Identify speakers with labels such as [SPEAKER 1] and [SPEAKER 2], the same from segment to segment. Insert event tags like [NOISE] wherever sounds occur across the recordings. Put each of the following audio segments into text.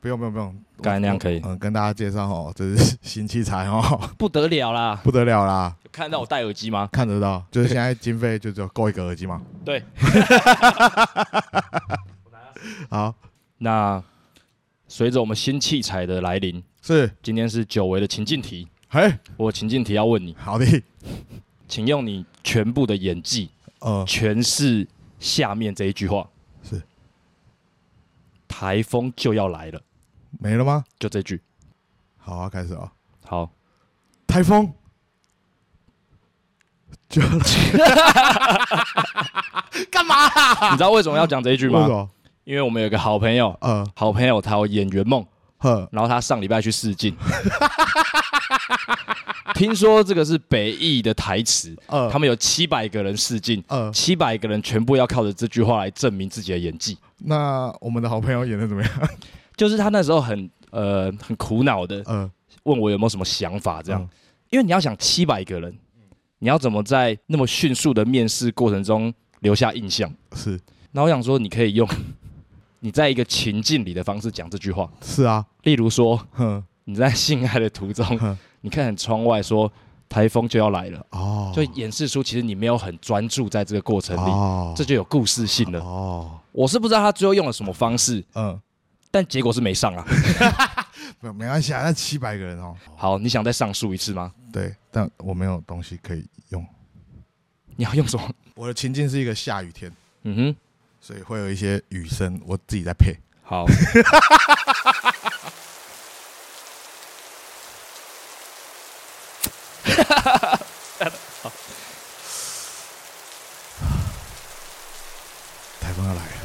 [SPEAKER 1] 不用不用不用，
[SPEAKER 2] 刚才那样可以
[SPEAKER 1] 嗯，跟大家介绍哦，这是新器材哦， [LAUGHS]
[SPEAKER 2] 不得了啦！
[SPEAKER 1] 不得了啦，
[SPEAKER 2] 有看到我戴耳机吗？
[SPEAKER 1] 看得到，就是现在经费就只有够一个耳机嘛。 [LAUGHS]
[SPEAKER 2] 对，
[SPEAKER 1] 好，
[SPEAKER 2] 那随着我们新器材的来临，
[SPEAKER 1] 是，
[SPEAKER 2] 今天是久违的情境题。
[SPEAKER 1] 嘿，
[SPEAKER 2] 我有情境题要问你，
[SPEAKER 1] 好的，
[SPEAKER 2] 请用你全部的演技
[SPEAKER 1] 呃，
[SPEAKER 2] 诠释下面这一句话。
[SPEAKER 1] 是，
[SPEAKER 2] 台风就要来了，
[SPEAKER 1] 没了吗？
[SPEAKER 2] 就这句。
[SPEAKER 1] 好啊，开始哦，
[SPEAKER 2] 好，
[SPEAKER 1] 台风， [LAUGHS] 就来
[SPEAKER 2] 干嘛、你知道为什么要讲这一句
[SPEAKER 1] 为什
[SPEAKER 2] 吗？
[SPEAKER 1] 么？
[SPEAKER 2] 因为我们有一个好朋友，
[SPEAKER 1] 呃，
[SPEAKER 2] 好朋友他有演员梦，
[SPEAKER 1] 呵，
[SPEAKER 2] 然后他上礼拜去试
[SPEAKER 1] [LAUGHS]
[SPEAKER 2] 镜，听说这个是北艺的台词，
[SPEAKER 1] 呃，
[SPEAKER 2] 他们有七百个人试镜，
[SPEAKER 1] 呃，
[SPEAKER 2] 七百个人全部要靠着这句话来证明自己的演技。
[SPEAKER 1] 那我们的好朋友演的怎么样？ [LAUGHS]
[SPEAKER 2] 就是他那时候很呃很苦恼的
[SPEAKER 1] 呃，
[SPEAKER 2] 问我有没有什么想法，这样，
[SPEAKER 1] 嗯
[SPEAKER 2] 因为你要想七百个人，你要怎么在那么迅速的面试过程中留下印象？
[SPEAKER 1] 是
[SPEAKER 2] 那我想说，你可以用你在一个情境里的方式讲这句话，
[SPEAKER 1] 是啊，
[SPEAKER 2] 例如说
[SPEAKER 1] 哼，
[SPEAKER 2] 你在性爱的途中
[SPEAKER 1] 哼，
[SPEAKER 2] 你看窗外说台风就要来了，
[SPEAKER 1] 哦，
[SPEAKER 2] 就演示出其实你没有很专注在这个过程里，
[SPEAKER 1] 哦，
[SPEAKER 2] 这就有故事性了。
[SPEAKER 1] 哦，
[SPEAKER 2] 我是不知道他最后用了什么方式，
[SPEAKER 1] 嗯，
[SPEAKER 2] 但结果是没上啊。
[SPEAKER 1] 没没关系啊，那七百个人哦，
[SPEAKER 2] 好，你想再上诉一次吗？
[SPEAKER 1] 对，但我没有东西可以用。
[SPEAKER 2] 你要用什么？
[SPEAKER 1] 我的情境是一个下雨天，
[SPEAKER 2] 嗯哼，
[SPEAKER 1] 所以会有一些雨声，我自己在配。
[SPEAKER 2] 好。
[SPEAKER 1] 台风要来了，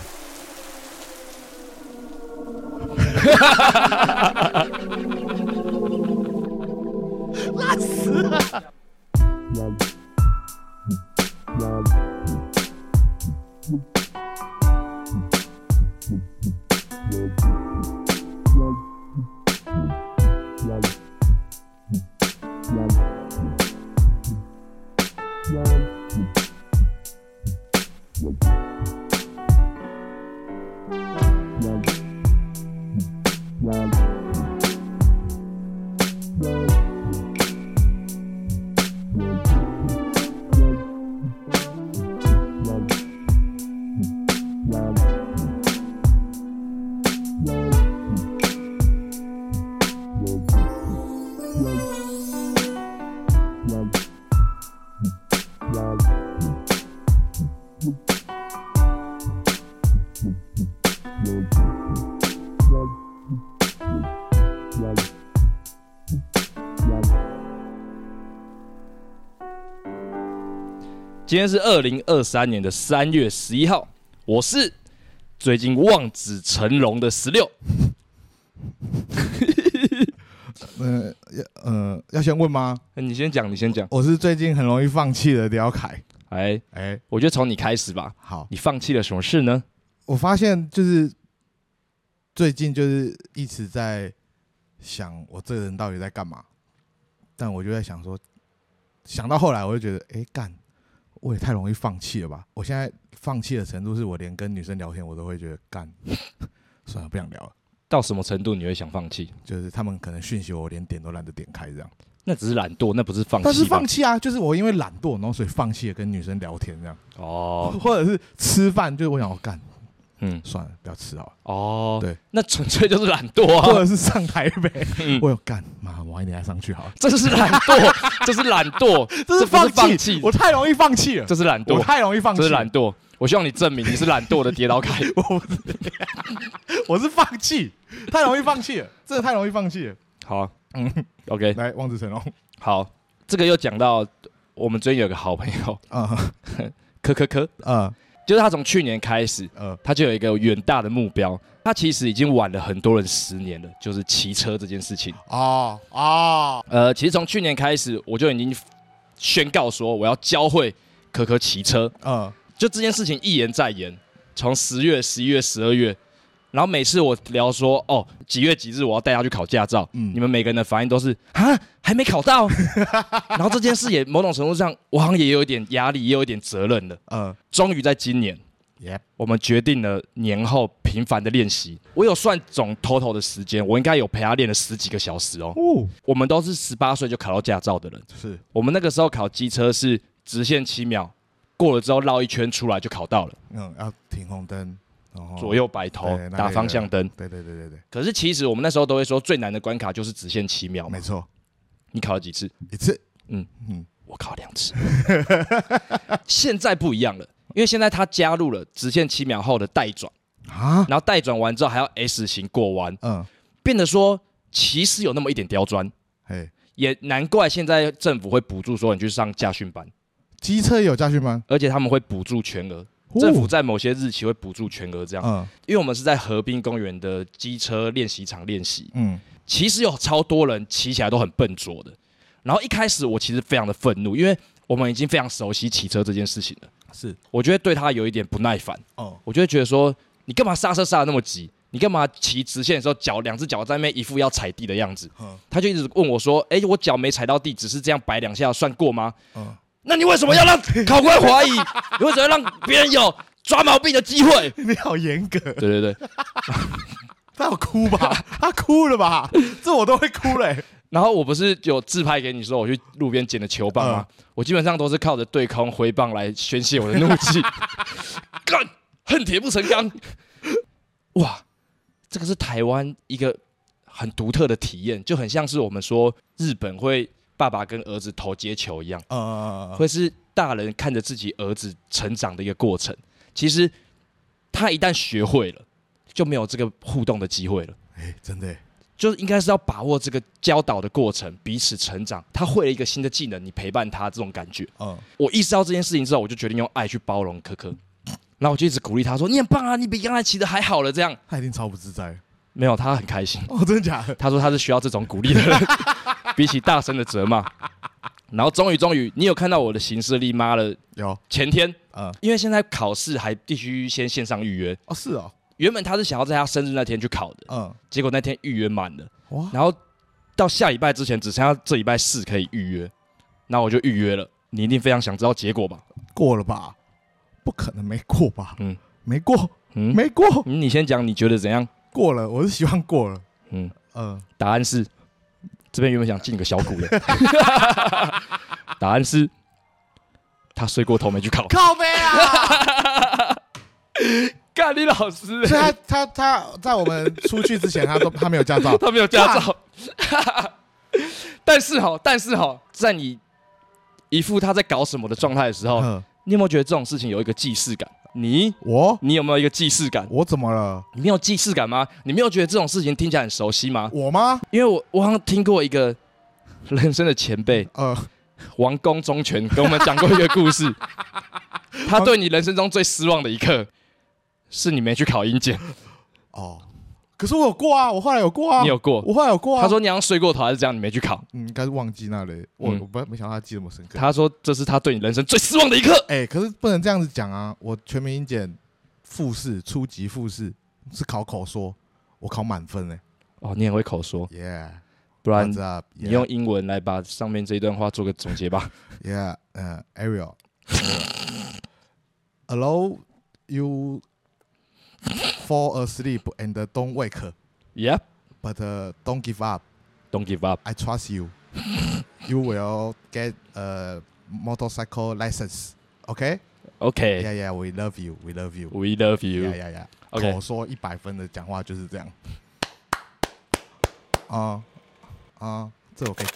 [SPEAKER 2] 今天是二零二三年的三月十一号，我是最近望子成龙的十六。
[SPEAKER 1] 嗯、呃，要呃，要先问吗？
[SPEAKER 2] 哎你先讲，你先讲。
[SPEAKER 1] 我是最近很容易放弃的刁凯。
[SPEAKER 2] 哎，
[SPEAKER 1] 哎、
[SPEAKER 2] 我觉得从你开始吧。
[SPEAKER 1] 好，
[SPEAKER 2] 你放弃了什么事呢？
[SPEAKER 1] 我发现就是最近就是一直在想我这个人到底在干嘛，但我就在想说，想到后来我就觉得，哎、干，我也太容易放弃了吧！我现在放弃的程度是我连跟女生聊天我都会觉得干， [LAUGHS] 算了，不想聊了。
[SPEAKER 2] 到什么程度你会想放弃？
[SPEAKER 1] 就是他们可能讯息我，我连点都懒得点开这样。
[SPEAKER 2] 那只是懒惰，那不是放弃吧。
[SPEAKER 1] 但是放弃啊，就是我因为懒惰，然后所以放弃了跟女生聊天这样，
[SPEAKER 2] 哦，
[SPEAKER 1] 或者是吃饭，就是我想我干
[SPEAKER 2] 嗯，
[SPEAKER 1] 算了，不要吃好了，
[SPEAKER 2] 哦，
[SPEAKER 1] 对，
[SPEAKER 2] 那纯粹就是懒惰
[SPEAKER 1] 或
[SPEAKER 2] 啊。
[SPEAKER 1] 者是上台 [LAUGHS] 北，
[SPEAKER 2] 嗯
[SPEAKER 1] 我有干妈，晚一点再上去好了，
[SPEAKER 2] 这就是懒惰，这是懒惰，
[SPEAKER 1] 这是
[SPEAKER 2] 不
[SPEAKER 1] 放
[SPEAKER 2] 是放
[SPEAKER 1] 弃，我太容易放弃了，
[SPEAKER 2] 这是懒
[SPEAKER 1] 我
[SPEAKER 2] 惰，
[SPEAKER 1] 太容易放弃
[SPEAKER 2] 这是
[SPEAKER 1] 了， [LAUGHS]
[SPEAKER 2] 懒惰。我希望你证明你是懒惰的跌倒凯。
[SPEAKER 1] 我不是，我是放弃，太容易放弃了，真的太容易放弃了。
[SPEAKER 2] 好，嗯，OK，
[SPEAKER 1] 来，望子成龙
[SPEAKER 2] 好，这个又讲到我们最近有个好朋友 [LAUGHS]
[SPEAKER 1] 啊
[SPEAKER 2] 科科科，
[SPEAKER 1] 啊
[SPEAKER 2] 就是他从去年开始，
[SPEAKER 1] 呃
[SPEAKER 2] 他就有一个远大的目标，他其实已经晚了很多人十年了，就是骑车这件事情。
[SPEAKER 1] 哦哦
[SPEAKER 2] 呃，其实从去年开始，我就已经宣告说我要教会可可骑车，
[SPEAKER 1] 呃
[SPEAKER 2] 就这件事情一延再延，从十月、十一月、十二月，然后每次我聊说哦几月几日我要带他去考驾照，
[SPEAKER 1] 嗯
[SPEAKER 2] 你们每个人的反应都是啊还没考到， [LAUGHS] 然后这件事也某种程度上我好像也有一点压力，也有一点责任了。
[SPEAKER 1] 呃
[SPEAKER 2] 终于在今年，
[SPEAKER 1] ，Yep，
[SPEAKER 2] 我们决定了年后频繁的练习。我有算总 total 的时间，我应该有陪他练了十几个小时哦。
[SPEAKER 1] 哦
[SPEAKER 2] 我们都是十八岁就考到驾照的人，
[SPEAKER 1] 是
[SPEAKER 2] 我们那个时候考机车是直线七秒，过了之后绕一圈出来就考到了，
[SPEAKER 1] 嗯要停红灯，然后
[SPEAKER 2] 左右摆头
[SPEAKER 1] 哦对那个
[SPEAKER 2] 打方向灯。
[SPEAKER 1] 对对对对对，
[SPEAKER 2] 可是其实我们那时候都会说最难的关卡就是直线七秒嘛
[SPEAKER 1] 没。错，
[SPEAKER 2] 你考了几次？
[SPEAKER 1] 一次
[SPEAKER 2] 嗯
[SPEAKER 1] 嗯
[SPEAKER 2] 我考两次。 [LAUGHS] 现在不一样了，因为现在它加入了直线七秒后的带转，
[SPEAKER 1] 啊
[SPEAKER 2] 然后带转完之后还要 S 型过弯。
[SPEAKER 1] 嗯
[SPEAKER 2] 变得说其实有那么一点刁钻，
[SPEAKER 1] 嘿，
[SPEAKER 2] 也难怪现在政府会补助说你去上驾训班，
[SPEAKER 1] 机车也有驾训班，
[SPEAKER 2] 而且他们会补助全额。
[SPEAKER 1] 哦
[SPEAKER 2] 政府在某些日期会补助全额，这样，
[SPEAKER 1] 嗯
[SPEAKER 2] 因为我们是在河滨公园的机车练习场练习，
[SPEAKER 1] 嗯
[SPEAKER 2] 其实有超多人骑起来都很笨拙的。然后一开始我其实非常的愤怒，因为我们已经非常熟悉骑车这件事情了，
[SPEAKER 1] 是
[SPEAKER 2] 我觉得对他有一点不耐烦，
[SPEAKER 1] 哦
[SPEAKER 2] 我就会觉得说，你干嘛刹车刹的那么急？你干嘛骑直线的时候脚两只脚在那边一副要踩地的样子？
[SPEAKER 1] 嗯
[SPEAKER 2] 他就一直问我说：“哎、我脚没踩到地，只是这样摆两下，算过吗
[SPEAKER 1] 嗯？”
[SPEAKER 2] 那你为什么要让考官怀疑？你为什么要让别人有抓毛病的机会？
[SPEAKER 1] [LAUGHS] 你好严格，
[SPEAKER 2] 对对对。
[SPEAKER 1] 他有哭吧？ [LAUGHS] 他哭了吧？这我都会哭嘞、
[SPEAKER 2] 然后我不是有自拍给你说我去路边捡的球棒吗？我基本上都是靠着对空挥棒来宣泄我的怒气，干恨铁不成钢。哇，这个是台湾一个很独特的体验，就很像是我们说日本会爸爸跟儿子投接球一样。
[SPEAKER 1] 呃，
[SPEAKER 2] 会是大人看着自己儿子成长的一个过程。其实他一旦学会了，就没有这个互动的机会了。
[SPEAKER 1] 哎、真的、
[SPEAKER 2] 就是应该是要把握这个教导的过程，彼此成长。他会了一个新的技能，你陪伴他，这种感觉。
[SPEAKER 1] 嗯，
[SPEAKER 2] 我意识到这件事情之后，我就决定用爱去包容可可，然后我就一直鼓励他说：“你很棒啊，你比刚才骑的还好了。”这样
[SPEAKER 1] 他一定超不自在。 [LAUGHS]
[SPEAKER 2] 没有，他很开心。
[SPEAKER 1] 哦，真的假的？
[SPEAKER 2] 他说他是需要这种鼓励的人， [LAUGHS] 比起大声的责骂。然后终于终于，你有看到我的行事历吗了？
[SPEAKER 1] 有，
[SPEAKER 2] 前天
[SPEAKER 1] 呃，
[SPEAKER 2] 因为现在考试还必须先线上预约，
[SPEAKER 1] 哦，是哦，
[SPEAKER 2] 原本他是想要在他生日那天去考的，
[SPEAKER 1] 嗯，
[SPEAKER 2] 结果那天预约满了，
[SPEAKER 1] 哇，
[SPEAKER 2] 然后到下礼拜之前只剩下这礼拜四可以预约，那我就预约了。你一定非常想知道结果吧？
[SPEAKER 1] 过了吧？不可能没过吧？
[SPEAKER 2] 嗯
[SPEAKER 1] 嗯，没过，
[SPEAKER 2] 嗯，
[SPEAKER 1] 没过，
[SPEAKER 2] 嗯你先讲，你觉得怎样？
[SPEAKER 1] 过了，我是希望过了。
[SPEAKER 2] 嗯，
[SPEAKER 1] 嗯，
[SPEAKER 2] 答案是，这边原本想进个小鼓
[SPEAKER 1] [LAUGHS]
[SPEAKER 2] 的，答案是他睡过头没去考。
[SPEAKER 1] 靠背啊！
[SPEAKER 2] 干你老师、
[SPEAKER 1] 所以他他他在我们出去之前，他都他没有驾照。
[SPEAKER 2] [LAUGHS] 他没有驾照。 [LAUGHS] 但是哈，但是哈，在你一副他在搞什么的状态的时候，
[SPEAKER 1] 嗯，
[SPEAKER 2] 你有没有觉得这种事情有一个既视感？你
[SPEAKER 1] 我
[SPEAKER 2] 你有没有一个既视感？
[SPEAKER 1] 我怎么了？
[SPEAKER 2] 你没有既视感吗？你没有觉得这种事情听起来很熟悉吗？
[SPEAKER 1] 我吗？
[SPEAKER 2] 因为我我好像听过一个人生的前辈
[SPEAKER 1] 呃，
[SPEAKER 2] 王公忠权跟我们讲过一个故
[SPEAKER 1] [LAUGHS]
[SPEAKER 2] 事，他对你人生中最失望的一刻，是你没去考英检，
[SPEAKER 1] 哦，可是我有过啊，我后来有过啊，
[SPEAKER 2] 你有过？
[SPEAKER 1] 我后来有过啊。
[SPEAKER 2] 他说你好像睡过头还是这样，你没去考。
[SPEAKER 1] 嗯，应该是忘记那里，我
[SPEAKER 2] 嗯
[SPEAKER 1] 我不没想到他记得那么深刻。
[SPEAKER 2] 他说这是他对你人生最失望的一刻。
[SPEAKER 1] 哎、可是不能这样子讲啊！我全民英检复试初级复试是考口说，我考满分嘞、
[SPEAKER 2] 哦，你很会口说，
[SPEAKER 1] 耶！
[SPEAKER 2] 不然
[SPEAKER 1] What's up？
[SPEAKER 2] 你用英文来把上面这一段话做个总结吧。
[SPEAKER 1] Yeah，嗯、a r i e l Hello, you fall asleep and don't wake,
[SPEAKER 2] Yep,
[SPEAKER 1] but、don't give up.
[SPEAKER 2] don't give up.
[SPEAKER 1] I trust you. You will get a motorcycle license. Okay?
[SPEAKER 2] OK,
[SPEAKER 1] Yeah, yeah. We love you. We love you.
[SPEAKER 2] we love you.
[SPEAKER 1] Yeah, yeah, yeah.
[SPEAKER 2] OK，
[SPEAKER 1] 口说一百分的讲话就是这样。啊啊，这我可以。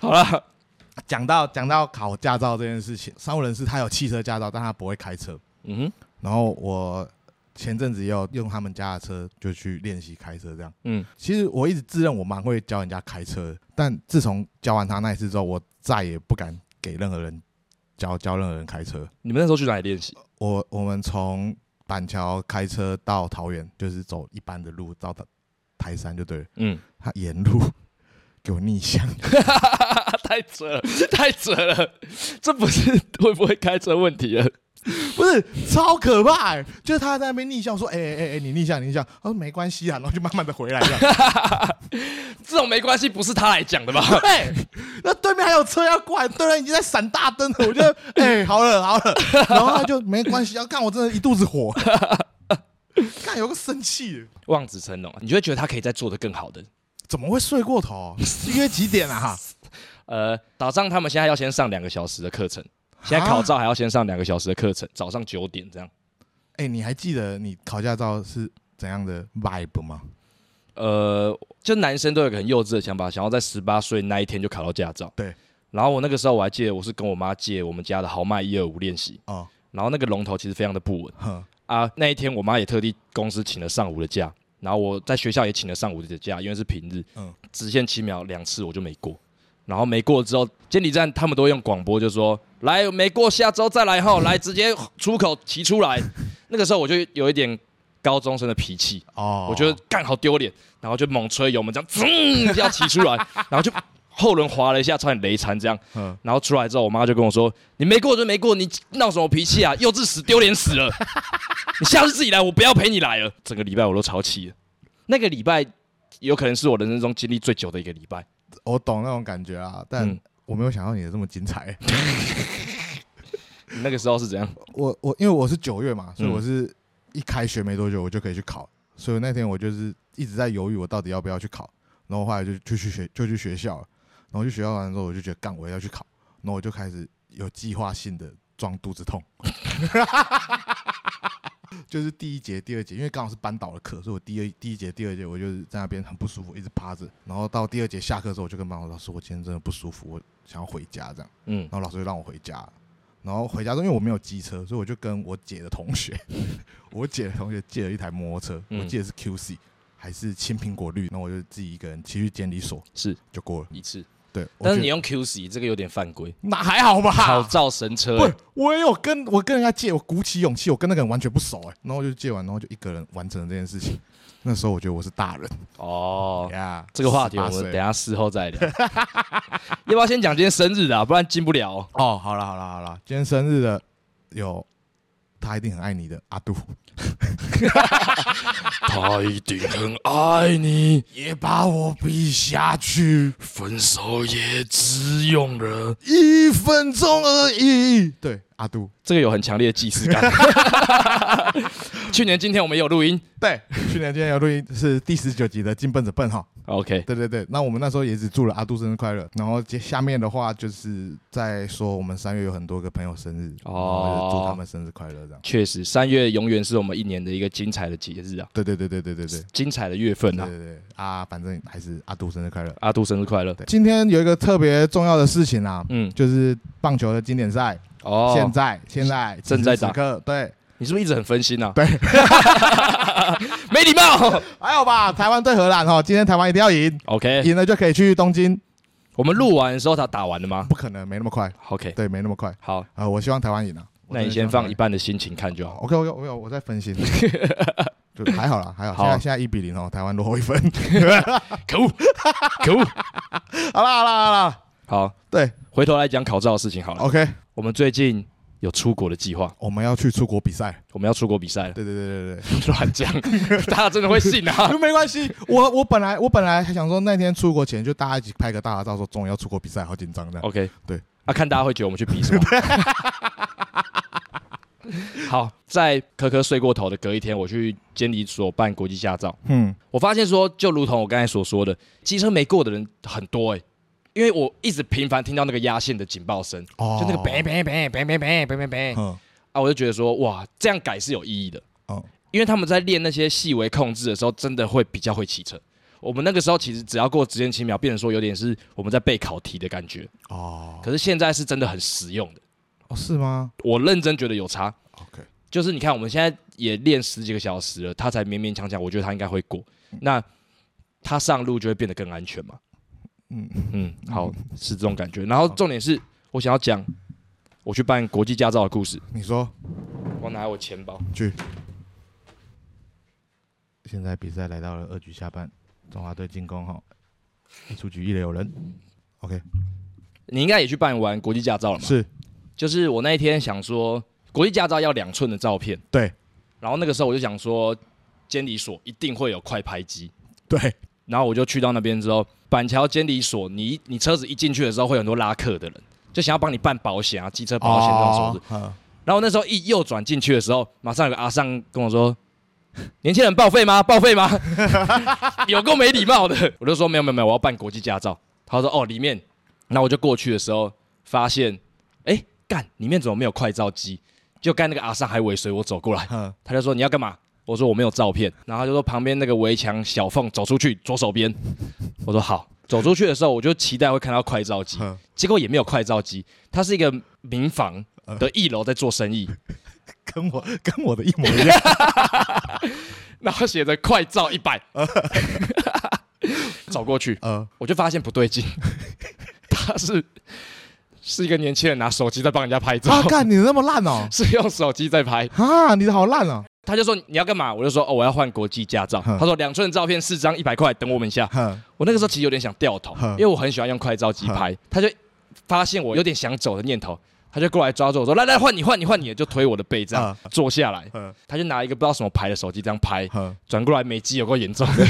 [SPEAKER 2] 好了，
[SPEAKER 1] 讲到讲到考驾照这件事情，商务人士他有汽车驾照，但他不会开车。
[SPEAKER 2] 嗯哼，
[SPEAKER 1] 然后我前阵子也有用他们家的车就去练习开车，这样。
[SPEAKER 2] 嗯，
[SPEAKER 1] 其实我一直自认我蛮会教人家开车的，但自从教完他那一次之后，我再也不敢给任何人教教任何人开车。
[SPEAKER 2] 你们那时候去哪里练习？
[SPEAKER 1] 我我们从板桥开车到桃园，就是走一般的路到台山就对了。
[SPEAKER 2] 嗯，
[SPEAKER 1] 他沿路 [LAUGHS] 给我逆向，
[SPEAKER 2] [LAUGHS]
[SPEAKER 1] [LAUGHS]
[SPEAKER 2] 太扯了，太扯了，这不是会不会开车问题了？
[SPEAKER 1] 不是超可怕、欸，就是他在那边逆向说：“哎哎哎，你逆向，你逆向。”他说：“没关系啊。”然后就慢慢的回来这样。
[SPEAKER 2] 这种没关系，不是他来讲的吧？
[SPEAKER 1] 对，那对面还有车要过来，对面已经在闪大灯了。我
[SPEAKER 2] [LAUGHS]
[SPEAKER 1] 就哎、好了好了，然后他就没关系。要看我真的一肚子火， [LAUGHS] 看有个生气的，
[SPEAKER 2] 望子成龙，你就会觉得他可以再做得更好的。
[SPEAKER 1] 怎么会睡过头、约几点啊？
[SPEAKER 2] 呃，早上他们现在要先上两个小时的课程，现在
[SPEAKER 1] 啊
[SPEAKER 2] 考照还要先上两个小时的课程，早上九点这样。
[SPEAKER 1] 哎、你还记得你考驾照是怎样的 vibe 吗？
[SPEAKER 2] 呃，就男生都有个很幼稚的想法，想要在十八岁那一天就考到驾照。
[SPEAKER 1] 对。
[SPEAKER 2] 然后我那个时候我还记得，我是跟我妈借我们家的豪迈一二五练习，
[SPEAKER 1] 哦，
[SPEAKER 2] 然后那个龙头其实非常的不稳
[SPEAKER 1] 哼，
[SPEAKER 2] 啊。那一天我妈也特地公司请了上午的假，然后我在学校也请了上午的假，因为是平日，
[SPEAKER 1] 嗯
[SPEAKER 2] 直线七秒两次我就没过。然后没过之后，监理站他们都会用广播就说：“来，没过，下周再来吼，来直接出口骑出来。” [LAUGHS] 那个时候我就有一点高中生的脾气，
[SPEAKER 1] 哦，
[SPEAKER 2] 我觉得干好丢脸，然后就猛吹油门，这样噌就要骑出来，然后就后轮滑了一下，差点雷残这样。
[SPEAKER 1] 嗯
[SPEAKER 2] 然后出来之后，我妈就跟我说：“你没过就没过，你闹什么脾气啊？ [LAUGHS] 幼稚死，丢脸死了！ [LAUGHS] 你下次自己来，我不要陪你来了。”整个礼拜我都超气了。那个礼拜有可能是我人生中经历最久的一个礼拜。
[SPEAKER 1] 我懂那种感觉啊，但
[SPEAKER 2] 嗯
[SPEAKER 1] 我没有想到你的这么精彩。
[SPEAKER 2] 你那个时候是怎样？
[SPEAKER 1] 我我因为我是九月嘛，所以
[SPEAKER 2] 嗯
[SPEAKER 1] 我是一开学没多久我就可以去考，所以那天我就是一直在犹豫我到底要不要去考，然后后来就就去学就去学校了，然后去学校完之后我就觉得干我要去考，然后我就开始有计划性的装肚子痛， [LAUGHS] 就是第一节第二节，因为刚好是班导的课，所以我第二第一节第二节我就是在那边很不舒服，一直趴着，然后到第二节下课之后我就跟班导说，我今天真的不舒服，我想要回家这样。
[SPEAKER 2] 嗯
[SPEAKER 1] 然后老师就让我回家，然后回家之后因为我没有机车，所以我就跟我姐的同学， [LAUGHS] 我姐的同学借了一台摩托车，
[SPEAKER 2] 嗯
[SPEAKER 1] 我记得是 QC 还是青苹果绿，那我就自己一个人骑去监理所
[SPEAKER 2] 是
[SPEAKER 1] 就过了。
[SPEAKER 2] 一次，
[SPEAKER 1] 对，我
[SPEAKER 2] 但是
[SPEAKER 1] 觉
[SPEAKER 2] 你
[SPEAKER 1] 得
[SPEAKER 2] 用 QC 这个有点犯规，
[SPEAKER 1] 那还好
[SPEAKER 2] 考
[SPEAKER 1] 吧？
[SPEAKER 2] 照神车、
[SPEAKER 1] 不
[SPEAKER 2] 欸
[SPEAKER 1] 是，我也有跟我跟人家借，我鼓起勇气，我跟那个人完全不熟哎、然后我就借完，然后就一个人完成了这件事情。 [LAUGHS] 那时候我觉得我是大人
[SPEAKER 2] 哦。
[SPEAKER 1] 呀，
[SPEAKER 2] 这个话题我
[SPEAKER 1] 18
[SPEAKER 2] 们
[SPEAKER 1] 岁
[SPEAKER 2] 等一下事后再聊。 [LAUGHS] 要不要先讲今天生日的、啊？不然进不了哦、
[SPEAKER 1] 哦，好了好了好了，今天生日的有他一定很爱你的阿杜。
[SPEAKER 2] 他一定很爱你，
[SPEAKER 1] 也把我比下去
[SPEAKER 2] 分手也只用了。
[SPEAKER 1] 一分钟而已。对，阿杜，
[SPEAKER 2] 这个有很强烈的既视感。 [LAUGHS] 去年今天我们也有录音
[SPEAKER 1] 对，去年今天有录音是第十九集的《金奔着笨》哈。
[SPEAKER 2] ，OK，
[SPEAKER 1] 对对对，那我们那时候也只祝了阿杜生日快乐，然后接下面的话就是在说我们三月有很多个朋友生日，
[SPEAKER 2] 哦
[SPEAKER 1] 然后就祝他们生日快乐这样。
[SPEAKER 2] 确实，三月永远是我们一年的一个精彩的节日啊，
[SPEAKER 1] 对对对对对对对
[SPEAKER 2] 精彩的月份
[SPEAKER 1] 对
[SPEAKER 2] 啊。
[SPEAKER 1] 对对啊，反正还是阿杜生日快乐。
[SPEAKER 2] 阿杜生日快乐！
[SPEAKER 1] 对，今天有一个特别重要的事情啊，
[SPEAKER 2] 嗯，
[SPEAKER 1] 就是棒球的经典赛，
[SPEAKER 2] 哦，
[SPEAKER 1] 现在现在
[SPEAKER 2] 正在
[SPEAKER 1] 此时
[SPEAKER 2] 打
[SPEAKER 1] 此刻，对，
[SPEAKER 2] 你是不是一直很分心啊？
[SPEAKER 1] 对，
[SPEAKER 2] [LAUGHS] 没礼貌。
[SPEAKER 1] 还有吧，台湾对荷兰
[SPEAKER 2] [LAUGHS]
[SPEAKER 1] 哈，今天台 [LAUGHS] 湾一定要赢，
[SPEAKER 2] OK，
[SPEAKER 1] 赢了就可以去东京，
[SPEAKER 2] 我们录完的时候他打完了吗
[SPEAKER 1] 不可能没那么快，
[SPEAKER 2] ？OK，
[SPEAKER 1] 对，没那么快。
[SPEAKER 2] 好，
[SPEAKER 1] 啊，我希望台湾赢啊。
[SPEAKER 2] 那你先放一半的心情看就好。
[SPEAKER 1] OK，OK，我有我在分
[SPEAKER 2] [LAUGHS]
[SPEAKER 1] 心，就还好啦，还好。
[SPEAKER 2] 好
[SPEAKER 1] 现在现在一比零哦，台湾落后一分。
[SPEAKER 2] [LAUGHS] 可恶，可恶！
[SPEAKER 1] [LAUGHS] 好啦好啦好哦啦，
[SPEAKER 2] 好，
[SPEAKER 1] 对
[SPEAKER 2] 回头来讲考照的事情好了。
[SPEAKER 1] ，OK，
[SPEAKER 2] 我们最近有出国的计划，
[SPEAKER 1] 我们要去出国比赛。
[SPEAKER 2] 我们要出国比赛
[SPEAKER 1] [LAUGHS]
[SPEAKER 2] 了。
[SPEAKER 1] 对对对对对，
[SPEAKER 2] 乱讲，大家真的会信 [LAUGHS] 啊？
[SPEAKER 1] 就没关系。我我本来我本来还想说那天出国前就大家一起拍个大合照，说终于要出国比赛，好紧张的。
[SPEAKER 2] OK，
[SPEAKER 1] 对，
[SPEAKER 2] 啊，看大家会觉得我们去比什么。好，在科科睡过头的隔一天，我去监理所办国际驾照，
[SPEAKER 1] 嗯，
[SPEAKER 2] 我发现说，就如同我刚才所说的，机车没过的人很多哎、因为我一直频繁听到那个压线的警报声，
[SPEAKER 1] 哦
[SPEAKER 2] 就那个呗呗呗呗呗呗呗呗呗
[SPEAKER 1] 嗯
[SPEAKER 2] 啊，我就觉得说，哇，这样改是有意义的，
[SPEAKER 1] 嗯
[SPEAKER 2] 因为他们在练那些细微控制的时候，真的会比较会骑车。我们那个时候其实只要过直线七秒，变成说有点是我们在背考题的感觉。
[SPEAKER 1] 哦
[SPEAKER 2] 可是现在是真的很实用的，
[SPEAKER 1] 哦是吗
[SPEAKER 2] 我认真觉得有差。
[SPEAKER 1] ？OK，
[SPEAKER 2] 就是你看，我们现在也练十几个小时了，他才勉勉强强，我觉得他应该会过。那他上路就会变得更安全嘛？
[SPEAKER 1] 嗯，
[SPEAKER 2] 嗯，好，是这种感觉。然后重点是我想要讲我去办国际驾照的故事。
[SPEAKER 1] 你说
[SPEAKER 2] 我拿我钱包，
[SPEAKER 1] 去。现在比赛来到了二局下半，中华队进攻哈，一出局一垒有人。OK，
[SPEAKER 2] 你应该也去办完国际驾照了嘛？
[SPEAKER 1] 是
[SPEAKER 2] 就是我那一天想说，国际驾照要两寸的照片，
[SPEAKER 1] 对
[SPEAKER 2] 然后那个时候我就想说，监理所一定会有快拍机，
[SPEAKER 1] 对，
[SPEAKER 2] 然后我就去到那边之后，板桥监理所，你你车子一进去的时候会有很多拉客的人，就想要帮你办保险啊、机车保险这种手续。
[SPEAKER 1] 哦
[SPEAKER 2] 然后那时候一右转进去的时候，马上有个阿尚跟我说：“ [LAUGHS] 年轻人报废吗？报废吗？” [LAUGHS] 有够没礼貌的，我就说：“没有没有没有，我要办国际驾照。”他说：“哦，里面。”那我就过去的时候，发现，哎，干，里面怎么没有快照机？就干那个阿尚还尾随我走过来，
[SPEAKER 1] 嗯
[SPEAKER 2] 他就说：“你要干嘛？”我说：“我没有照片。”然后他就说：“旁边那个围墙小缝走出去，左手边。”我说：“好。”走出去的时候，我就期待会看到快照机。
[SPEAKER 1] 嗯，
[SPEAKER 2] 结果也没有快照机，它是一个民房
[SPEAKER 1] 嗯
[SPEAKER 2] 的一楼在做生意，
[SPEAKER 1] 跟我 [LAUGHS] 跟我的一模一
[SPEAKER 2] [LAUGHS]
[SPEAKER 1] 样。
[SPEAKER 2] 然后写着快照一百， [LAUGHS] 走过去， [LAUGHS]
[SPEAKER 1] 呃，
[SPEAKER 2] 我就发现不对劲，他是是一个年轻人拿手机在帮人家拍照
[SPEAKER 1] 啊，，干你那么烂哦！
[SPEAKER 2] 是用手机在拍，
[SPEAKER 1] 啊，你的好烂哦！
[SPEAKER 2] 他就说你要干嘛？我就说哦我要换国际驾照，
[SPEAKER 1] 哼
[SPEAKER 2] 他说两寸照片四张一百块，等我们一下。
[SPEAKER 1] 哼，
[SPEAKER 2] 我那个时候其实有点想掉头，
[SPEAKER 1] 哼
[SPEAKER 2] 因为我很喜欢用快照机拍，他就发现我有点想走的念头，他就过来抓住我说：“来来，换你，换你，换你！”就推我的背这样、
[SPEAKER 1] 嗯
[SPEAKER 2] 坐下来
[SPEAKER 1] 嗯，
[SPEAKER 2] 他就拿一个不知道什么牌的手机这样拍，
[SPEAKER 1] 哼，
[SPEAKER 2] 转过来美肌有够严重
[SPEAKER 1] [LAUGHS]
[SPEAKER 2] 的，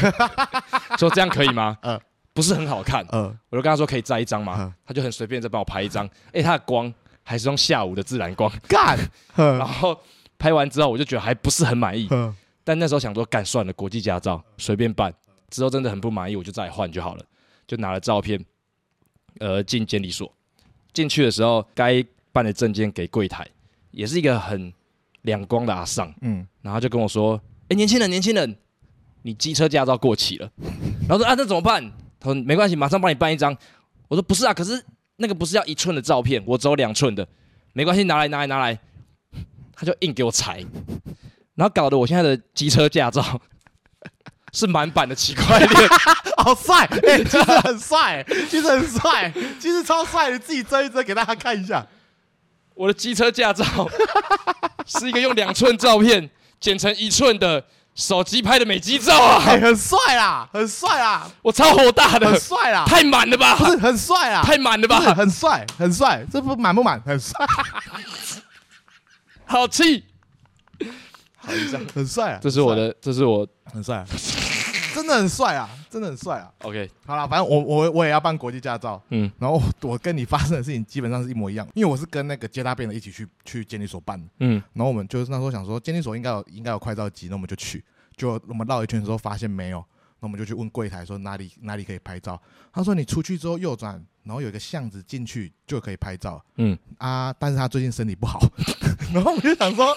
[SPEAKER 2] 说这样可以吗？
[SPEAKER 1] 嗯
[SPEAKER 2] 不是很好看，
[SPEAKER 1] 呃，
[SPEAKER 2] 我就跟他说可以再一张吗
[SPEAKER 1] 嗯？
[SPEAKER 2] 他就很随便再帮我拍一张，哎，他的光还是用下午的自然光，
[SPEAKER 1] 干，嗯
[SPEAKER 2] 然
[SPEAKER 1] 哼
[SPEAKER 2] 后拍完之后我就觉得还不是很满意，
[SPEAKER 1] 哼，
[SPEAKER 2] 但那时候想说，干算了，国际驾照随便办。之后真的很不满意，我就再换就好了。就拿了照片，呃，进监理所。进去的时候，该办的证件给柜台，也是一个很两光的阿尚，
[SPEAKER 1] 嗯，
[SPEAKER 2] 然后他就跟我说：“哎，年轻人，年轻人，你机车驾照过期了。”然后说：“啊，那怎么办？”他说：“没关系，马上帮你办一张。”我说：“不是啊，可是那个不是要一寸的照片，我只有两寸的，没关系，拿来，拿来，拿来。”他就硬给我裁，然后搞得我现在的机车驾照 [LAUGHS] 是满版的奇怪脸。
[SPEAKER 1] 好帅，哎，其实很
[SPEAKER 3] [LAUGHS]
[SPEAKER 1] 帅，其实很帅，其实超帅，你自己遮一遮给大家看一
[SPEAKER 2] 啊
[SPEAKER 1] 下。
[SPEAKER 2] 我的机车驾照是一个用两寸照片剪成一寸的手机拍的美机照啊，
[SPEAKER 1] 哎，很帅啦，很帅啦，
[SPEAKER 2] 我超火大
[SPEAKER 1] [LAUGHS] 很
[SPEAKER 2] 的，
[SPEAKER 1] 帅啦，
[SPEAKER 2] 嗯太满了吧
[SPEAKER 1] 不？是很帅啦，
[SPEAKER 2] 太满了
[SPEAKER 1] 不是
[SPEAKER 2] 吧？
[SPEAKER 1] 很帅，很帅，这不满不满？很帅，
[SPEAKER 2] 好气！
[SPEAKER 1] 很帅啊，
[SPEAKER 2] 这是我的，这是我
[SPEAKER 1] 很帅啊， [LAUGHS] 真的很帅啊，真的很帅啊。
[SPEAKER 2] OK，
[SPEAKER 1] 好啦，反正我我我也要办国际驾照，
[SPEAKER 2] 嗯，
[SPEAKER 1] 然后我我跟你发生的事情基本上是一模一样，因为我是跟那个接大便的一起去去监理所办的，
[SPEAKER 2] 嗯，
[SPEAKER 1] 然后我们就是那时候想说监理所应该有应该有快照机，那我们就去，就我们绕一圈的时候发现没有，那我们就去问柜台说哪里哪里可以拍照，他说你出去之后右转，然后有一个巷子进去就可以拍照，
[SPEAKER 2] 嗯
[SPEAKER 1] 啊，但是他最近身体不好， [LAUGHS] 然后我们就想说， [LAUGHS]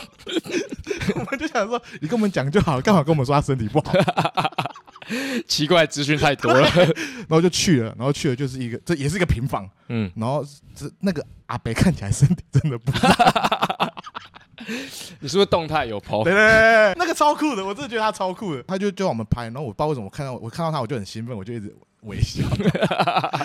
[SPEAKER 1] 我们就想说你跟我们讲就好，干嘛跟我们说他身体不好？
[SPEAKER 2] 奇怪的资讯太多了，
[SPEAKER 1] 然后就去了，然后去了就是一个这也是一个平房。
[SPEAKER 2] [LAUGHS] 嗯，
[SPEAKER 1] 然后这那个阿北看起来身体真的不好，
[SPEAKER 2] 你是不是动态有
[SPEAKER 1] [LAUGHS]
[SPEAKER 2] 抛
[SPEAKER 1] 对？对对，对那个超酷的，我真的觉得他超酷的。他就叫我们拍，然后我不知道为什么我看到我看到他我就很兴奋，我就一直微 [LAUGHS] 笑，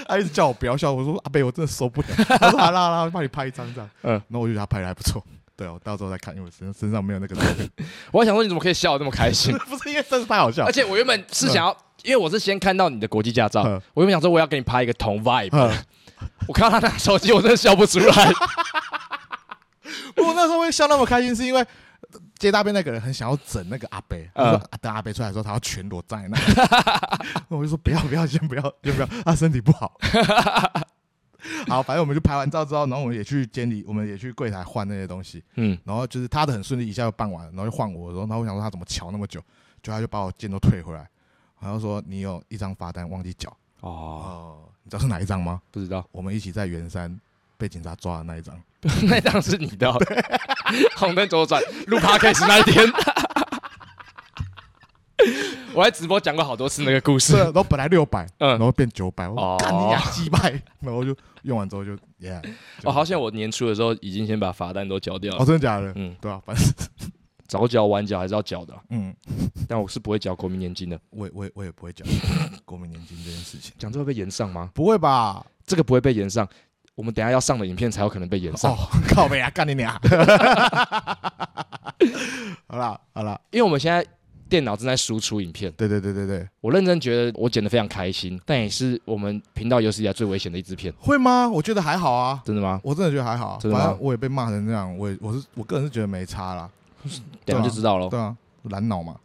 [SPEAKER 1] 他一直叫我不要笑，我说阿北我真的受不 [LAUGHS] 了，他说好啦好啦，我帮你拍一张这样。
[SPEAKER 2] 嗯
[SPEAKER 1] 嗯，然后我就觉得他拍的还不错，对哦，我到时候再看，因为我身身上没有那个照片，
[SPEAKER 2] 我还想说你怎么可以笑得那么开 [LAUGHS] 心？
[SPEAKER 1] [LAUGHS] 不是因为真是太好笑
[SPEAKER 2] 而，且我原本是想要，因为我是先看到你的国际驾照
[SPEAKER 1] 嗯，
[SPEAKER 2] 我原本想说我要给你拍一个同 vibe，
[SPEAKER 1] [LAUGHS] 嗯
[SPEAKER 2] 我看到他拿手机，我真的笑不出来。
[SPEAKER 1] [LAUGHS] 我那时候会笑那么开心，是因为呃接大便那个人很想要整那个阿北，他
[SPEAKER 2] 嗯
[SPEAKER 1] 说啊等阿北出来的时候，他要全裸站在那 [LAUGHS] 里，我就说不要不要，先不要先不要，他身体不好。 [LAUGHS] 好，反正我们就拍完照之后，然后我们也去监理，我们也去柜台换那些东西，
[SPEAKER 2] [LAUGHS] 嗯，
[SPEAKER 1] 然后就是他的很顺利，一下就办完了，然后就换我，然后然后我想说他怎么瞧那么久，就他就把我件都退回来，然后说你有一张罚单忘记缴，
[SPEAKER 2] 哦，
[SPEAKER 1] 哦，你知道是哪一张吗？
[SPEAKER 2] 不知道， [LAUGHS]
[SPEAKER 1] 我们一起在圆山被警察抓的那一张。
[SPEAKER 2] 那张是你的哦， [LAUGHS] 红灯左转，录 podcast 那一天。 [LAUGHS] 我在直播讲过好多次那个故
[SPEAKER 1] 是，
[SPEAKER 2] 事。
[SPEAKER 1] 然后本来六百，
[SPEAKER 2] 嗯
[SPEAKER 1] 然后变九百，我
[SPEAKER 2] 哦
[SPEAKER 1] 说干你俩鸡掰，然后就用完之后就耶，
[SPEAKER 2] 哦，好像我年初的时候已经先把罚单都交掉
[SPEAKER 1] 哦，
[SPEAKER 2] 了，
[SPEAKER 1] 真的假的？
[SPEAKER 2] 嗯
[SPEAKER 1] 对啊，反正
[SPEAKER 2] 早缴晚缴还是要
[SPEAKER 1] [LAUGHS]
[SPEAKER 2] 缴的啊，
[SPEAKER 1] 嗯，
[SPEAKER 2] 但我是不会缴国民年金的。
[SPEAKER 1] 我也我也我也不会讲国民年金这件事情，
[SPEAKER 2] 讲这会被延上吗？
[SPEAKER 1] 不会吧？
[SPEAKER 2] 这个不会被延上，我们等一下要上的影片才有可能被延上，
[SPEAKER 1] 哦，靠北啊，干你俩！ [LAUGHS] 好啦好啦，
[SPEAKER 2] 因为我们现在电脑正在输出影片。
[SPEAKER 1] 对对对对对，
[SPEAKER 2] 我认真觉得我剪得非常开心，但也是我们频道有史以来最危险的一支片。
[SPEAKER 1] 会吗？我觉得还好啊，
[SPEAKER 2] 真的吗？
[SPEAKER 1] 我真的觉得还好啊，
[SPEAKER 2] 真
[SPEAKER 1] 反
[SPEAKER 2] 的吗
[SPEAKER 1] 正我也被骂成这样，我也我是我个人是觉得没差啦，
[SPEAKER 2] 等一下
[SPEAKER 1] 对啊
[SPEAKER 2] 就知
[SPEAKER 1] [LAUGHS]
[SPEAKER 2] 道了。
[SPEAKER 1] 对啊，蓝脑嘛，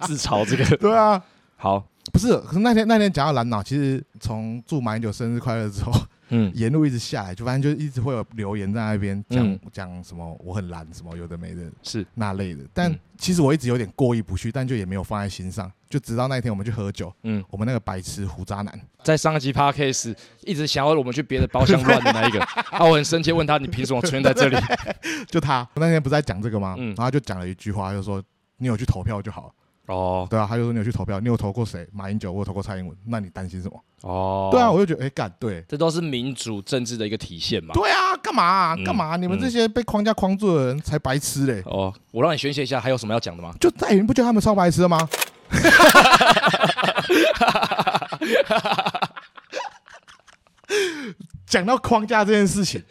[SPEAKER 2] 自嘲这个
[SPEAKER 1] 对啊，
[SPEAKER 2] [LAUGHS] 好，
[SPEAKER 1] 不是，可是那天那天讲到蓝脑，其实从祝马英九生日快乐之后，
[SPEAKER 2] 嗯，
[SPEAKER 1] 沿路一直下来，就反正就一直会有留言在那边讲
[SPEAKER 2] 嗯
[SPEAKER 1] 讲什么我很蓝什么有的没的
[SPEAKER 2] 是
[SPEAKER 1] 那类的，但
[SPEAKER 2] 嗯
[SPEAKER 1] 其实我一直有点过意不去，但就也没有放在心上，就直到那一天我们去喝酒，
[SPEAKER 2] 嗯，
[SPEAKER 1] 我们那个白痴胡渣男， [LAUGHS]
[SPEAKER 2] 在上一集 podcast 一直想要我们去别的包厢乱的那一
[SPEAKER 1] [LAUGHS]
[SPEAKER 2] 个，啊，我很生气，问他你凭什么出现在这里？
[SPEAKER 1] 就他那天不是在讲这个吗？
[SPEAKER 2] 嗯
[SPEAKER 1] 然后他就讲了一句话，就说你有去投票就好，
[SPEAKER 2] 哦
[SPEAKER 1] 对啊，他就说你有去投票，你有投过谁？马英九，我有投过蔡英文，那你担心什么？
[SPEAKER 2] 哦，
[SPEAKER 1] 对啊，，我就觉得哎干、对。
[SPEAKER 2] 这都是民主政治的一个体现嘛。
[SPEAKER 1] 对啊，干嘛啊
[SPEAKER 2] 嗯
[SPEAKER 1] 干、嘛啊、你们
[SPEAKER 2] 嗯
[SPEAKER 1] 这些被框架框住的人才白痴嘞！
[SPEAKER 2] 哦，我让你宣泄一下，还有什么要讲的吗？
[SPEAKER 1] 就在你不觉得他们超白痴的
[SPEAKER 2] [LAUGHS]
[SPEAKER 1] 吗？讲到框架这件事情，